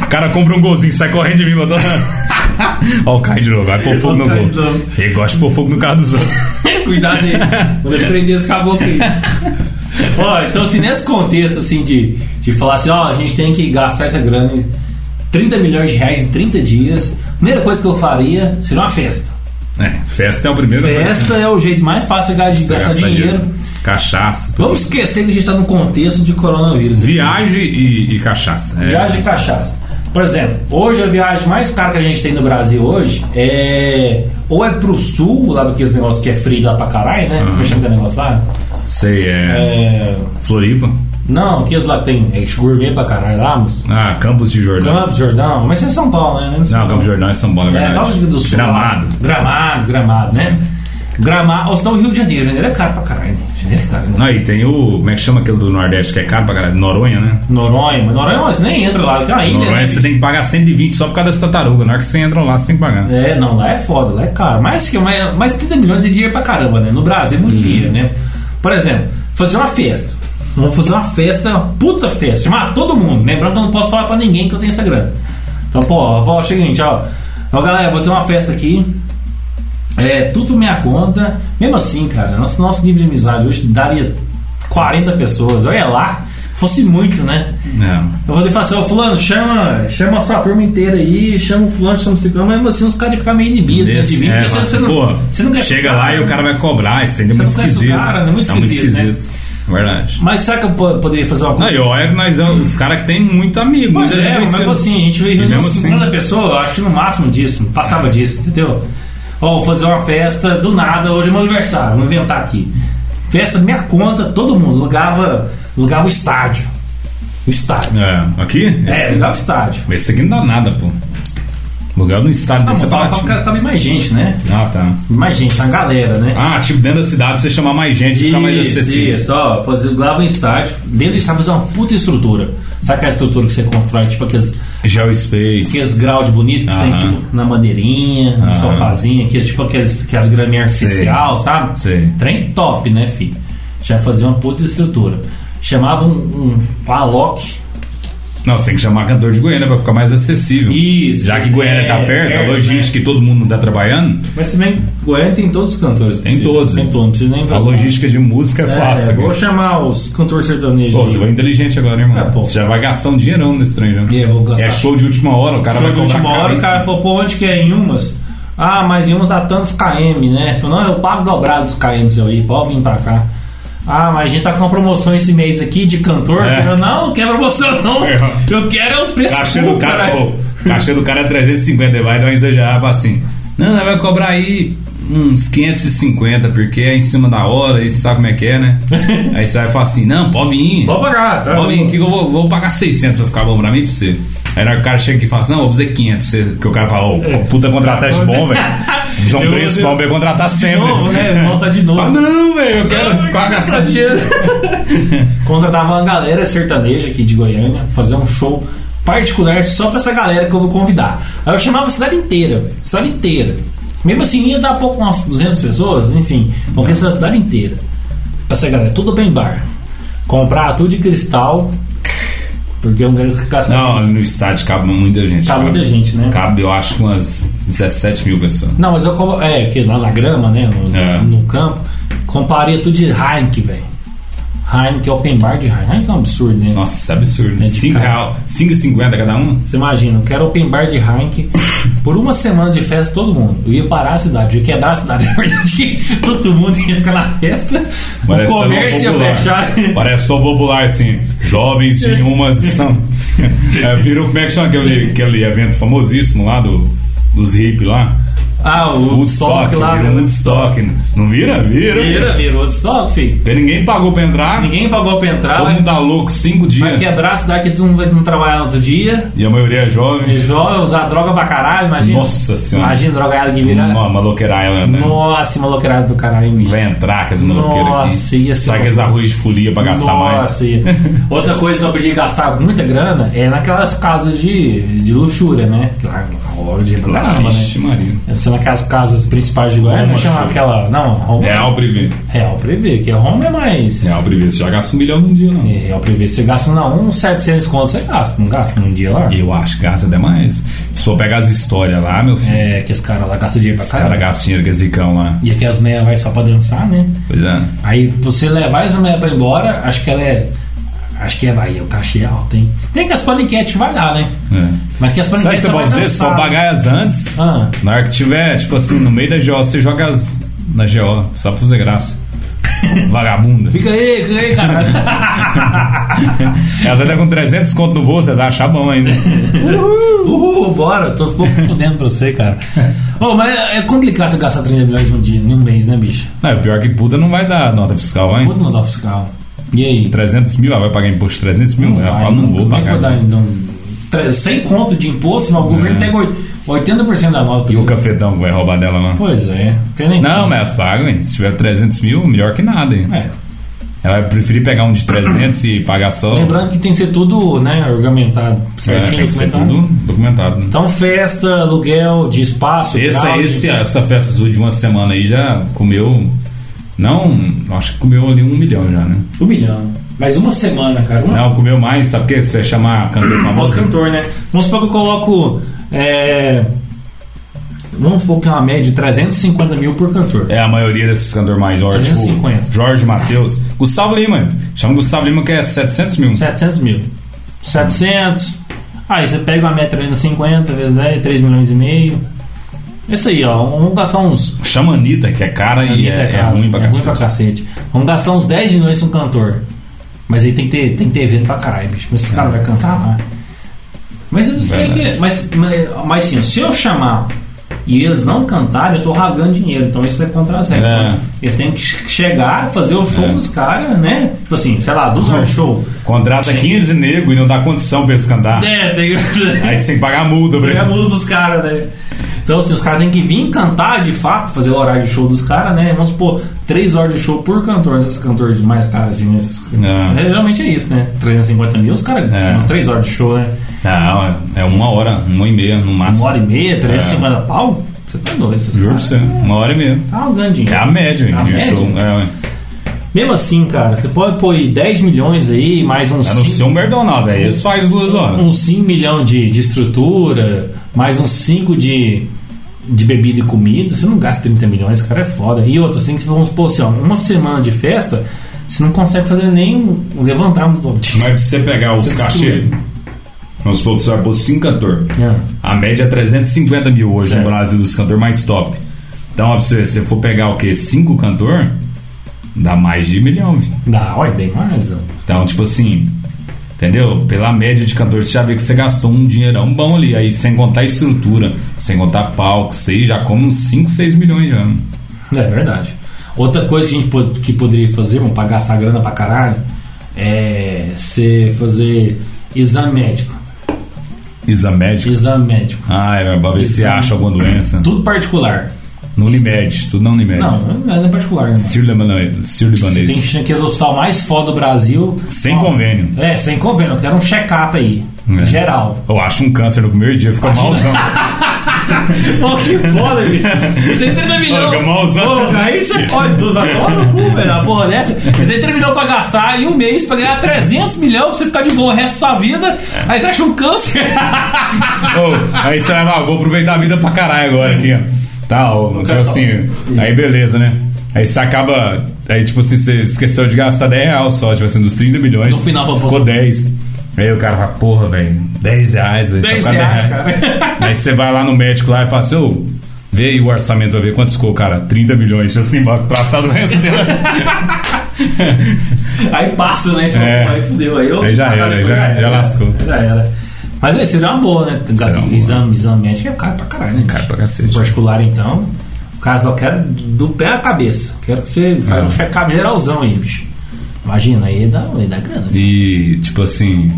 Speaker 1: O cara compra um golzinho, sai correndo de mim, mandando. Ó, o Caio de novo, vai pôr fogo
Speaker 2: Ó o
Speaker 1: no
Speaker 2: Caio de novo.
Speaker 1: gol. Ele gosta de pôr fogo no carro dos outros.
Speaker 2: Cuidado dele. Quando ele prender esse caboclo aí. Ó, então assim, nesse contexto assim de, de falar assim, ó, a gente tem que gastar essa grana em 30 milhões de reais em 30 dias. Primeira coisa que eu faria seria uma festa.
Speaker 1: É, festa é o primeiro.
Speaker 2: Festa é o jeito mais fácil de gastar, dinheiro.
Speaker 1: Cachaça. tudo.
Speaker 2: Vamos esquecer que a gente está num contexto de coronavírus.
Speaker 1: Viagem e, e cachaça. É.
Speaker 2: Viagem e cachaça. Por exemplo, hoje a viagem mais cara que a gente tem no Brasil hoje é. Ou é pro sul, lá daqueles negócios que é frio lá pra caralho, né? Como é que chama aquele negócio lá?
Speaker 1: Sei, é.
Speaker 2: É.
Speaker 1: Floripa.
Speaker 2: Não, aqueles lá que tem é, gourmet pra caralho lá, moço.
Speaker 1: Ah, Campos de Jordão.
Speaker 2: Campos, Jordão. Mas isso é São Paulo, né? Não, é São
Speaker 1: Não,
Speaker 2: Paulo.
Speaker 1: Campos de Jordão é São Paulo, é
Speaker 2: É, lá
Speaker 1: verdade.
Speaker 2: do Rio do Sul.
Speaker 1: Gramado.
Speaker 2: lá. Gramado, gramado, né? Gramado. Ou senão o Rio de Janeiro. Janeiro é caro pra caralho. né? Janeiro é caro. né?
Speaker 1: Não, e tem o. Como é que chama aquele do Nordeste que é caro pra caralho? Noronha, né?
Speaker 2: Noronha, mas Noronha você nem entra lá, que é uma ilha, né,
Speaker 1: Noronha
Speaker 2: bicho?
Speaker 1: você tem que pagar 120 só por causa dessa tartaruga. Na hora que você entra lá, você tem que pagar.
Speaker 2: É, não, lá é foda, lá é caro. Mas, que- mas, mas 30 milhões de dinheiro pra caramba, né? No Brasil é muito dinheiro, né? Por exemplo, fazer uma festa. Vamos fazer uma festa, uma puta festa, chamar todo mundo. Lembrando que eu não posso falar pra ninguém que eu tenho essa grana. Então, pô, ó, é o seguinte, ó. Ó, galera, vou ter uma festa aqui. É, tudo minha conta. Mesmo assim, cara, nosso, nosso nível de amizade hoje daria 40 pessoas. Olha lá, fosse muito, né?
Speaker 1: É.
Speaker 2: Eu vou ter que falar assim, ô fulano, chama, chama a sua turma inteira aí, chama o fulano, chama o ciclano, mas mesmo assim os caras ficam meio inibidos, né?
Speaker 1: Desse,
Speaker 2: inibidos,
Speaker 1: é,
Speaker 2: porque
Speaker 1: fala
Speaker 2: você, você
Speaker 1: assim,
Speaker 2: não,
Speaker 1: pô,
Speaker 2: você não quer
Speaker 1: chega
Speaker 2: ficar- né?
Speaker 1: lá e o cara vai cobrar. Isso ainda é muito
Speaker 2: não conhece o
Speaker 1: esquisito.
Speaker 2: cara, né? Muito
Speaker 1: é muito
Speaker 2: esquisito, né?
Speaker 1: esquisito. Verdade.
Speaker 2: Mas será que eu po- poderia fazer uma
Speaker 1: Não,
Speaker 2: coisa?
Speaker 1: e olha que nós é um, os caras que tem muito amigo. né?
Speaker 2: Pois
Speaker 1: muito
Speaker 2: é, mas
Speaker 1: conhecido.
Speaker 2: assim, a gente veio reunião
Speaker 1: mesmo assim-
Speaker 2: 50 pessoas, eu acho que no máximo disso, não passava disso, entendeu? Ó, vou fazer uma festa, do nada, hoje é meu aniversário, vou inventar aqui. Festa, minha conta, todo mundo, alugava, alugava o estádio. O estádio.
Speaker 1: É, aqui?
Speaker 2: É,
Speaker 1: Esse,
Speaker 2: alugava o estádio.
Speaker 1: mas esse aqui não dá nada, pô. Lugar no estádio
Speaker 2: Ah,
Speaker 1: desse é
Speaker 2: mas fala pra
Speaker 1: baratinho.
Speaker 2: cara também mais gente, né?
Speaker 1: Ah, tá.
Speaker 2: Mais gente, uma galera, né?
Speaker 1: Ah, tipo, dentro da cidade pra você chamar mais gente, ficar mais
Speaker 2: Isso,
Speaker 1: acessível.
Speaker 2: Isso, ó, fazer lá no estádio, dentro do estádio fazer é uma puta estrutura. Sabe aquela estrutura que você constrói, tipo aqueles,
Speaker 1: Geospace.
Speaker 2: aqueles graus bonitos que você
Speaker 1: Aham.
Speaker 2: tem, tipo, na madeirinha, no
Speaker 1: Aham.
Speaker 2: sofazinho, aqui, tipo aquelas, aquelas graminhas artificial, sabe?
Speaker 1: Sei.
Speaker 2: Trem top, né, filho? Já fazia uma puta estrutura. Chamava um, um Alok.
Speaker 1: Não, você tem que chamar cantor de Goiânia pra ficar mais acessível.
Speaker 2: Isso.
Speaker 1: Já que Goiânia
Speaker 2: É,
Speaker 1: tá perto,
Speaker 2: perto,
Speaker 1: a logística que todo mundo tá trabalhando,
Speaker 2: Mas também, Goiânia tem todos os cantores.
Speaker 1: Tem todos,
Speaker 2: Tem
Speaker 1: hein?
Speaker 2: todos, não precisa nem...
Speaker 1: a logística de música é
Speaker 2: é,
Speaker 1: fácil.
Speaker 2: Vou
Speaker 1: cara.
Speaker 2: chamar os cantores sertanejos.
Speaker 1: Pô,
Speaker 2: aí.
Speaker 1: você foi inteligente agora, hein, irmão?
Speaker 2: É, pô.
Speaker 1: você já vai gastar um dinheirão nesse trem já.
Speaker 2: É, vou gastar.
Speaker 1: É show de última hora, o cara
Speaker 2: Show
Speaker 1: vai
Speaker 2: de
Speaker 1: comprar
Speaker 2: última hora, o cara falou, pô, onde que é? Em Umas? Ah, mas em Umas dá tantos KM, né? Falou, não, eu pago dobrado os KM seu aí, pode vir pra cá. Ah, mas a gente tá com uma promoção esse mês aqui de cantor.
Speaker 1: É.
Speaker 2: Eu, não, não quero promoção não.
Speaker 1: É.
Speaker 2: Eu quero é o preço
Speaker 1: Cachê
Speaker 2: full,
Speaker 1: do Tá cara,
Speaker 2: caralho.
Speaker 1: ô, cachê do cara é 350, ele vai dar uma exagerada fala assim. Não, ela vai cobrar aí uns 550, porque é em cima da hora, e você sabe como é que é, né? aí você vai falar assim, não, pode vir.
Speaker 2: Pode pagar, tá?
Speaker 1: Pode vir aqui que eu vou, vou pagar 600 pra ficar bom pra mim e pra você. Aí na hora que o cara chega aqui e fala assim, não, vou fazer 500. Você- Porque o cara fala, ô, puta contratante bom, velho. João
Speaker 2: É. Eu-
Speaker 1: Preço,
Speaker 2: eu-
Speaker 1: bom, vai contratar sempre.
Speaker 2: novo, né? Volta de novo.
Speaker 1: Fala, não, velho, eu quero
Speaker 2: Não,
Speaker 1: É, quase gastar dinheiro.
Speaker 2: Contratava uma galera sertaneja aqui de Goiânia, fazer um show particular só pra essa galera que eu vou convidar. Aí eu chamava a cidade inteira, velho. Cidade inteira. Mesmo assim, ia dar pouco umas 200 pessoas, enfim. Vão crescer a cidade inteira. Pra essa galera, tudo bem bar. Comprar tudo de cristal, porque é um eu não quero ficar sem.
Speaker 1: Não, no estádio cabe muita gente.
Speaker 2: Cabe muita gente, né?
Speaker 1: Cabe, eu acho, que umas 17 mil pessoas.
Speaker 2: Não, mas eu colo... É, porque lá na grama, né? No,
Speaker 1: É.
Speaker 2: no campo, comparei tudo de Heineken, velho. Heineken, open bar de Heineken. Heineken é um absurdo, né?
Speaker 1: Nossa, é absurdo.
Speaker 2: É de
Speaker 1: Cinco
Speaker 2: cara.
Speaker 1: real- 5,50 cada um?
Speaker 2: Você imagina, eu quero open bar de rank por uma semana de festa todo mundo. Eu ia parar a cidade, eu ia quebrar a cidade. Na verdade, que todo mundo ia ficar na festa.
Speaker 1: Parece
Speaker 2: o
Speaker 1: samba
Speaker 2: comércio ia
Speaker 1: popular.
Speaker 2: fechar.
Speaker 1: Parece só popular, assim. Jovens de umas. são- é, virou, como é que chama aquele, aquele evento famosíssimo lá do, dos hippies lá?
Speaker 2: Ah, o
Speaker 1: Woodstock,
Speaker 2: Woodstock
Speaker 1: né?
Speaker 2: lá. né?
Speaker 1: virou Woodstock. Não vira? Vira.
Speaker 2: Vira, vira Woodstock, filho.
Speaker 1: Porque ninguém pagou pra entrar.
Speaker 2: Ninguém pagou pra entrar,
Speaker 1: Todo mundo
Speaker 2: vai,
Speaker 1: tá louco cinco
Speaker 2: vai
Speaker 1: dias.
Speaker 2: quebrar a cidade que todo mundo vai não trabalhar no outro dia.
Speaker 1: E a maioria é jovem.
Speaker 2: Beijou, usar droga pra caralho, imagina.
Speaker 1: Nossa senhora.
Speaker 2: Imagina drogada que vira.
Speaker 1: Uma maloqueirada, né?
Speaker 2: Nossa, maloqueirada do caralho, bicho.
Speaker 1: Vai entrar com as maloqueiras
Speaker 2: Nossa,
Speaker 1: aqui.
Speaker 2: ia ser
Speaker 1: Sai
Speaker 2: uma-
Speaker 1: com as arroz de folia pra gastar mais.
Speaker 2: Nossa, e- outra coisa que eu podia gastar muita grana é naquelas casas de, de luxúria, né? Claro, hora de pra caramba,
Speaker 1: Vixe,
Speaker 2: né?
Speaker 1: Maria.
Speaker 2: Sendo aquelas casas principais de Goiânia, não
Speaker 1: Nossa.
Speaker 2: chama aquela. Não, é, Roma.
Speaker 1: Real privê.
Speaker 2: Real Prevê, que a Roma é mais.
Speaker 1: Real privê. Você já gasta um milhão num dia, não.
Speaker 2: É, Real Prevê, você gasta na um, 700 conto, você gasta, não gasta num dia lá?
Speaker 1: Eu acho que gasta demais. Se for pegar as histórias lá, meu filho.
Speaker 2: É, que esse cara lá gasta dinheiro pra
Speaker 1: Esse cara
Speaker 2: caramba.
Speaker 1: gasta dinheiro com esse zicão lá.
Speaker 2: E aqui as meias vai só pra dançar, né?
Speaker 1: Pois é.
Speaker 2: Aí você levar essa mulher pra ir embora, acho que ela é. Acho que é Bahia, o cachê é alto, hein? Tem que as paniquetes que vai dar, né?
Speaker 1: é.
Speaker 2: Mas que as
Speaker 1: Sabe o que
Speaker 2: paniquetes
Speaker 1: você pode dizer? Se for
Speaker 2: né?
Speaker 1: pagar elas antes,
Speaker 2: Ah,
Speaker 1: na hora que tiver, tipo assim, no meio da GO, você joga as na GO, só pra fazer graça. Vagabunda.
Speaker 2: fica aí, fica aí, cara.
Speaker 1: Elas até é com 300 conto no bolso, vocês acham bom ainda.
Speaker 2: Uhul, bora, tô um pouco fudendo pra você, cara. Ô, mas é complicado você gastar 30 milhões num dia, num mês, né, bicho?
Speaker 1: Não, pior é que puta não vai dar nota fiscal, vai.
Speaker 2: Vou mandar o fiscal. E aí?
Speaker 1: 300 mil, ela vai pagar imposto de 300 mil? ela fala, não vou
Speaker 2: como é que eu
Speaker 1: pagar.
Speaker 2: dar, então, tre- 100 conto de imposto, mas o governo
Speaker 1: É.
Speaker 2: pega oit- 80% da nota.
Speaker 1: E o cafetão que vai roubar dela lá.
Speaker 2: Pois é, tem nem.
Speaker 1: Não, mas ela paga, hein? Se tiver 300 mil, melhor que nada, hein?
Speaker 2: É,
Speaker 1: Ela vai preferir pegar um de 300 e pagar só.
Speaker 2: Lembrando que tem que ser tudo, né, argumentado,
Speaker 1: É,
Speaker 2: certinho,
Speaker 1: tem que ser
Speaker 2: documentado.
Speaker 1: tudo documentado. né?
Speaker 2: Então, festa, aluguel de espaço,
Speaker 1: Essa,
Speaker 2: grau de-
Speaker 1: esse, essa festa sua de uma semana aí já comeu. Não, acho que comeu ali um milhão já, né?
Speaker 2: um milhão. Mas uma semana, cara. Uma
Speaker 1: Não, comeu mais, sabe É o que? Você chamar cantor
Speaker 2: Voz
Speaker 1: famoso?
Speaker 2: cantor, né? Vamos supor que eu coloco. É, vamos supor que é uma média de 350 mil por cantor.
Speaker 1: É a maioria desses cantores mais tipo
Speaker 2: 350.
Speaker 1: Jorge Matheus. Gustavo Lima. Chama Gustavo Lima que é 700 mil.
Speaker 2: 700 mil. 700. Aí você pega uma média de 350 vezes 10, 3 milhões e meio. Isso aí, ó. Vamos gastar uns.
Speaker 1: Chama Anitta, que é cara e
Speaker 2: Anitta,
Speaker 1: é, é
Speaker 2: cara,
Speaker 1: ruim pra cacete.
Speaker 2: cacete. Vamos gastar uns 10 milhões num um cantor. Mas aí tem que ter, tem que ter evento pra caralho, bicho. Mas esse cara vai cantar lá. Mas eu não sei o que.
Speaker 1: É. Verdade.
Speaker 2: Mas, mas, mas sim, se eu chamar e eles não cantarem, eu tô rasgando dinheiro. Então isso é contra as regras.
Speaker 1: É.
Speaker 2: né? Eles têm que che- chegar, fazer o show
Speaker 1: É.
Speaker 2: dos caras, né? Tipo assim, sei lá, duas
Speaker 1: Uhum.
Speaker 2: horas de show.
Speaker 1: Contrata 15 negros e não dá condição pra eles cantar.
Speaker 2: É,
Speaker 1: Aí
Speaker 2: tem que
Speaker 1: você tem que pagar a multa pra
Speaker 2: pegar a
Speaker 1: ele.
Speaker 2: música dos caras, né? Então, assim, os caras têm que vir cantar de fato, fazer o horário de show dos caras, né? Vamos supor, três horas de show por cantor, esses cantores mais caros, assim, né? Esses-
Speaker 1: Ah.
Speaker 2: É, Realmente é isso, né? 350 mil, os caras
Speaker 1: É.
Speaker 2: umas três horas de show, né?
Speaker 1: Não, é uma hora, uma e meia no máximo.
Speaker 2: Uma hora e meia, 350 pau? Você tá doido, esses
Speaker 1: É. Juro pra
Speaker 2: caras.
Speaker 1: você, uma hora e meia.
Speaker 2: Tá rasgando
Speaker 1: É
Speaker 2: dinheiro.
Speaker 1: a média
Speaker 2: A
Speaker 1: de
Speaker 2: média?
Speaker 1: show. É, ué.
Speaker 2: Mesmo assim, cara, você pode pôr aí 10 milhões aí, mais uns
Speaker 1: a não
Speaker 2: cinco-
Speaker 1: ser um Berdonado, aí eles fazem duas horas.
Speaker 2: uns 5 milhões Um de, de estrutura, mais uns 5 de, de bebida e comida, você não gasta 30 milhões, cara, é foda. E outra, assim, que vamos supor assim, ó, uma semana de festa, você não consegue fazer nem um- levantar no todo
Speaker 1: Mas pra você pegar os cachê, vamos supor que você vai pôr cinco cantor. A média é 350 mil hoje
Speaker 2: Certo.
Speaker 1: no Brasil dos cantores mais top. Então, ó, pra você ver, se você for pegar o quê? Cinco cantor, dá mais de milhão, viu?
Speaker 2: Dá, olha, bem mais. né? ó.
Speaker 1: Então, tipo assim, entendeu? Pela média de cantor, você já vê que você gastou um dinheirão bom ali. Aí, sem contar estrutura, sem contar palco, você já come uns 5, 6 milhões já.
Speaker 2: É verdade. Outra coisa que a gente pod- que poderia fazer, irmão, pra gastar grana pra caralho, é você fazer exame médico.
Speaker 1: Exame médico.
Speaker 2: Exame médico.
Speaker 1: Ah, é pra ver se
Speaker 2: Exame.
Speaker 1: acha alguma doença.
Speaker 2: Tudo particular.
Speaker 1: No Unimed, tudo na Unimed.
Speaker 2: Não, não é particular. Não.
Speaker 1: Sírio-Libanês.
Speaker 2: Tem
Speaker 1: Sírio-Libanês.
Speaker 2: que hospital mais foda do Brasil.
Speaker 1: Sem
Speaker 2: Ó,
Speaker 1: convênio.
Speaker 2: É, sem convênio. Eu quero um check-up aí.
Speaker 1: É.
Speaker 2: Geral.
Speaker 1: Eu acho um câncer no primeiro dia, fica malzão.
Speaker 2: Pô, que foda, bicho. Tem 30 milhões.
Speaker 1: Fica malzão.
Speaker 2: Pô, aí você pode tudo. Vai tomar no cu, velho. A porra dessa. Você tem 30 milhões pra gastar e um mês pra ganhar 300 milhões pra você ficar de boa o resto da sua vida. Aí você acha um câncer.
Speaker 1: Ô, aí você vai lá, vou aproveitar a vida pra caralho agora aqui, ó. Tá, ó, tipo assim, aí beleza, né? Aí você acaba. Aí, tipo assim, você esqueceu de gastar 10 reais só, tipo assim, dos 30 milhões.
Speaker 2: No final, pra
Speaker 1: ficou
Speaker 2: voltar.
Speaker 1: 10. Aí o cara fala, porra, velho, 10 reais, velho. só
Speaker 2: 10
Speaker 1: por causa
Speaker 2: reais,
Speaker 1: de
Speaker 2: cara.
Speaker 1: Aí você vai lá no médico lá e fala assim, ô, vê aí o orçamento pra ver quanto ficou, cara. 30 milhões, tipo assim, vai tratar do resto dela.
Speaker 2: Aí passa, né?
Speaker 1: É.
Speaker 2: Aí fudeu. Aí, eu,
Speaker 1: Aí já
Speaker 2: Ah,
Speaker 1: era,
Speaker 2: depois
Speaker 1: já- já lascou.
Speaker 2: Já era. Mas aí seria uma boa, né?
Speaker 1: Seria uma boa.
Speaker 2: Exame, exame médico é caro pra caralho, né?
Speaker 1: Cara, pra cacete.
Speaker 2: particular, então, o cara só quer do pé à cabeça. Quero que você faça um
Speaker 1: É.
Speaker 2: check-up geralzão aí, bicho. Imagina, aí dá, aí dá grana. né?
Speaker 1: E, tipo assim.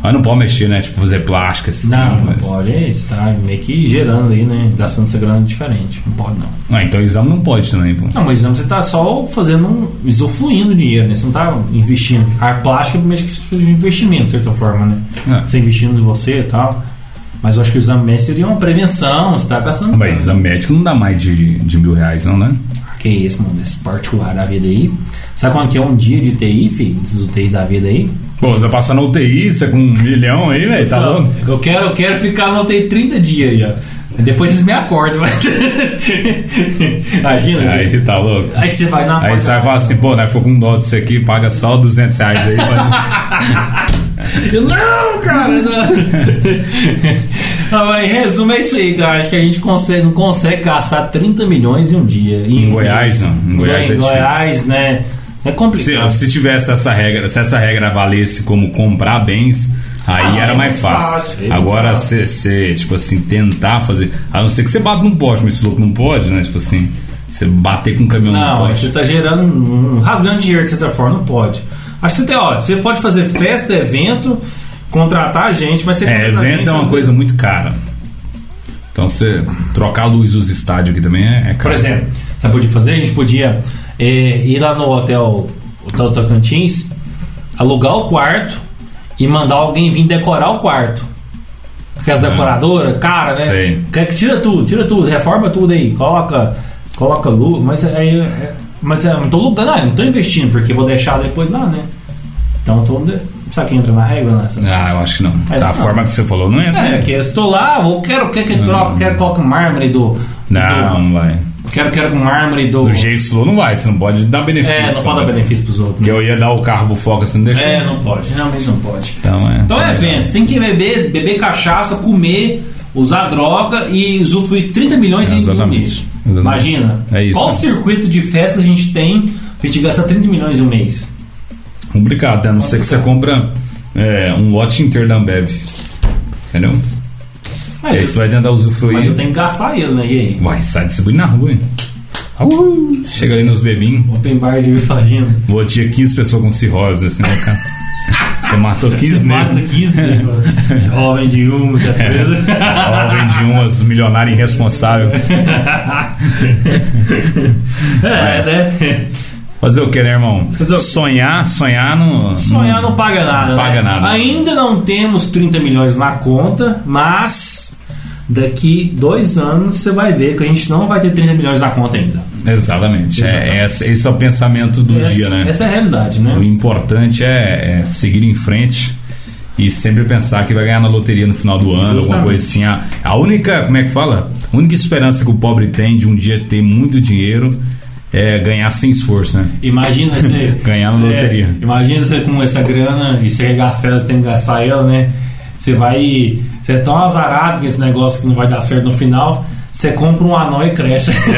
Speaker 1: Mas não pode mexer, né? Tipo, fazer plástica, assim.
Speaker 2: não, não
Speaker 1: né?
Speaker 2: pode. Você tá meio que gerando aí, né? Gastando essa grana diferente. Não pode, não.
Speaker 1: Ah, então exame não pode também, pô.
Speaker 2: Não, mas não, você tá só fazendo um. isofluindo dinheiro, né? Você não tá investindo. A plástica é meio que um investimento, de certa forma, né?
Speaker 1: É.
Speaker 2: Você investindo em você e tal. Mas eu acho que o exame médico seria uma prevenção, você tá gastando.
Speaker 1: Mas exame médico não dá mais de, de mil reais, não, né?
Speaker 2: Que isso, mano, esse particular da vida aí. Sabe quanto que é um dia de TI, filho? Desses UTI da vida aí?
Speaker 1: Pô, você vai passar na UTI, você com um milhão aí, velho, tá
Speaker 2: Só,
Speaker 1: louco?
Speaker 2: Eu quero, eu quero ficar na UTI 30 dias aí, ó. Depois eles me acordam. mas- Imagina. filho.
Speaker 1: Aí, tá louco.
Speaker 2: Aí você vai na
Speaker 1: Aí você vai falar assim, pô, né, ficou com dó disso aqui, paga só 200 reais aí. Mas...
Speaker 2: Eu, não, cara, não. Ah, mas em resumo, é isso aí, cara. Acho que a gente consegue, não consegue gastar 30 milhões em um dia.
Speaker 1: Em Goiás, não. Em Goiás é
Speaker 2: em Goiás né? É complicado.
Speaker 1: se, se tivesse essa regra, se essa regra valesse como comprar bens, aí
Speaker 2: Ah,
Speaker 1: era
Speaker 2: é
Speaker 1: mais
Speaker 2: muito
Speaker 1: fácil.
Speaker 2: fácil, é muito
Speaker 1: Agora,
Speaker 2: fácil.
Speaker 1: você, tipo assim, tentar fazer. A não ser que você bata num poste, mas esse louco não pode, né? Tipo assim, você bater com um caminhão num
Speaker 2: Não, aí
Speaker 1: poste.
Speaker 2: você tá gerando, um- rasgando dinheiro de certa forma, não pode. Acho que você tem, ó, você pode fazer festa, evento, contratar gente, mas você
Speaker 1: É,
Speaker 2: contrata gente, né?
Speaker 1: evento é uma
Speaker 2: sabe?
Speaker 1: coisa muito cara. Então você trocar a luz dos estádios aqui também é, é caro.
Speaker 2: Por exemplo, sabe o que podia fazer? A gente podia é, ir lá no hotel, hotel Tocantins, alugar o quarto e mandar alguém vir decorar o quarto. Aquelas decoradoras, cara, né?
Speaker 1: Uhum. Sei.
Speaker 2: Quer que tira tudo, tira tudo, reforma tudo aí, coloca, coloca luz, mas aí. é- Mas eu não tô alugando, ah, eu não tô investindo, porque eu vou deixar depois lá, né? Então eu tô. Sabe quem entra na regra nessa?
Speaker 1: Ah, eu acho que não.
Speaker 2: É,
Speaker 1: da
Speaker 2: não.
Speaker 1: forma que você falou, não entra.
Speaker 2: É, que eu estou lá, eu quero, quero que troca, quero que coloque um mármore do.
Speaker 1: Uhum. Não, não vai.
Speaker 2: do quero, quero um mármore do.
Speaker 1: Do jeito slow não vai, você não pode dar benefício.
Speaker 2: É, não
Speaker 1: pra
Speaker 2: pode dar
Speaker 1: você.
Speaker 2: benefício pros outros.
Speaker 1: Porque
Speaker 2: Né?
Speaker 1: eu ia dar o carro pro foco, você não deixou.
Speaker 2: É, não pode. Realmente não pode.
Speaker 1: Então é.
Speaker 2: Então é evento. Tem que beber, beber cachaça, comer, usar droga e usufruir 30 milhões
Speaker 1: É,
Speaker 2: em um
Speaker 1: exatamente.
Speaker 2: mês.
Speaker 1: Exatamente.
Speaker 2: Imagina.
Speaker 1: É isso,
Speaker 2: Qual
Speaker 1: né?
Speaker 2: circuito de festa a gente tem pra gente gastar 30 milhões em um mês?
Speaker 1: Complicado, né? A não ser que você compra é, um lote inteiro da Ambev. Entendeu?
Speaker 2: Mas,
Speaker 1: E aí
Speaker 2: eu,
Speaker 1: você vai tentar usufruir.
Speaker 2: É. mas eu tenho que gastar ele, né? E aí?
Speaker 1: Vai, sai distribuindo na rua, hein? Au! Chega ali nos bebinhos.
Speaker 2: Open bar de Fagina.
Speaker 1: Vou tinha 15 pessoas com cirrose, assim, né, cara? Você matou 15
Speaker 2: Mata
Speaker 1: negros.
Speaker 2: 15 né? Jovem de um, certeza.
Speaker 1: Jovem de um, umas milionário irresponsável.
Speaker 2: É, né?
Speaker 1: Fazer o que, né, irmão?
Speaker 2: Fazer é o quê?
Speaker 1: Sonhar, sonhar no.
Speaker 2: Sonhar não paga nada.
Speaker 1: Não
Speaker 2: né?
Speaker 1: paga nada.
Speaker 2: Ainda não temos 30 milhões na conta, mas daqui dois anos você vai ver que a gente não vai ter 30 milhões na conta ainda.
Speaker 1: Exatamente.
Speaker 2: Exatamente.
Speaker 1: É, esse, esse é o pensamento do
Speaker 2: essa,
Speaker 1: dia, né?
Speaker 2: Essa é a realidade,
Speaker 1: O
Speaker 2: né?
Speaker 1: importante é, é seguir em frente e sempre pensar que vai ganhar na loteria no final do ano, alguma
Speaker 2: Justamente.
Speaker 1: coisa assim. A, a única, como é que fala? A única esperança que o pobre tem de um dia ter muito dinheiro é ganhar sem esforço, né?
Speaker 2: Imagina você.
Speaker 1: Ganhar na
Speaker 2: você-
Speaker 1: loteria.
Speaker 2: Imagina você com essa grana e você quer gastar ela, você tem que gastar ela, né? Você vai. Você é tão azarado com esse negócio que não vai dar certo no final. Você compra um anão e cresce.
Speaker 1: É,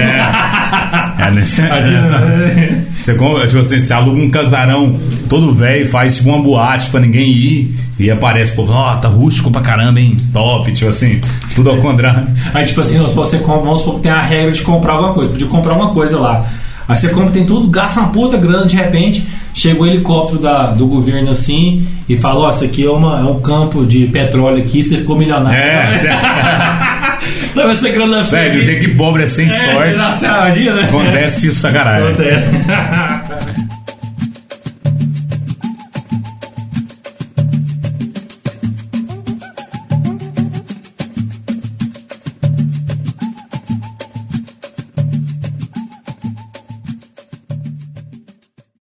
Speaker 1: né?
Speaker 2: Imagina.
Speaker 1: Você, compra, tipo assim, você aluga um casarão todo velho, faz tipo uma boate pra ninguém ir e aparece o povo, ó, tá rústico pra caramba, hein? Top, tipo assim, tudo ao contrário.
Speaker 2: Aí, tipo assim, se você compra, vamos supor que tem a regra de comprar alguma coisa. Podia comprar uma coisa lá. Aí você compra, tem tudo, gasta uma puta grana, de repente chega o helicóptero da, do governo assim e fala: Ó, isso aqui é, uma, é um campo de petróleo aqui, você ficou milionário.
Speaker 1: É, sério.
Speaker 2: Toma essa grana pra você.
Speaker 1: sério, o jeito que pobre é sem
Speaker 2: É,
Speaker 1: sorte.
Speaker 2: nossa, imagina, né?
Speaker 1: Acontece isso a caralho.
Speaker 2: Acontece.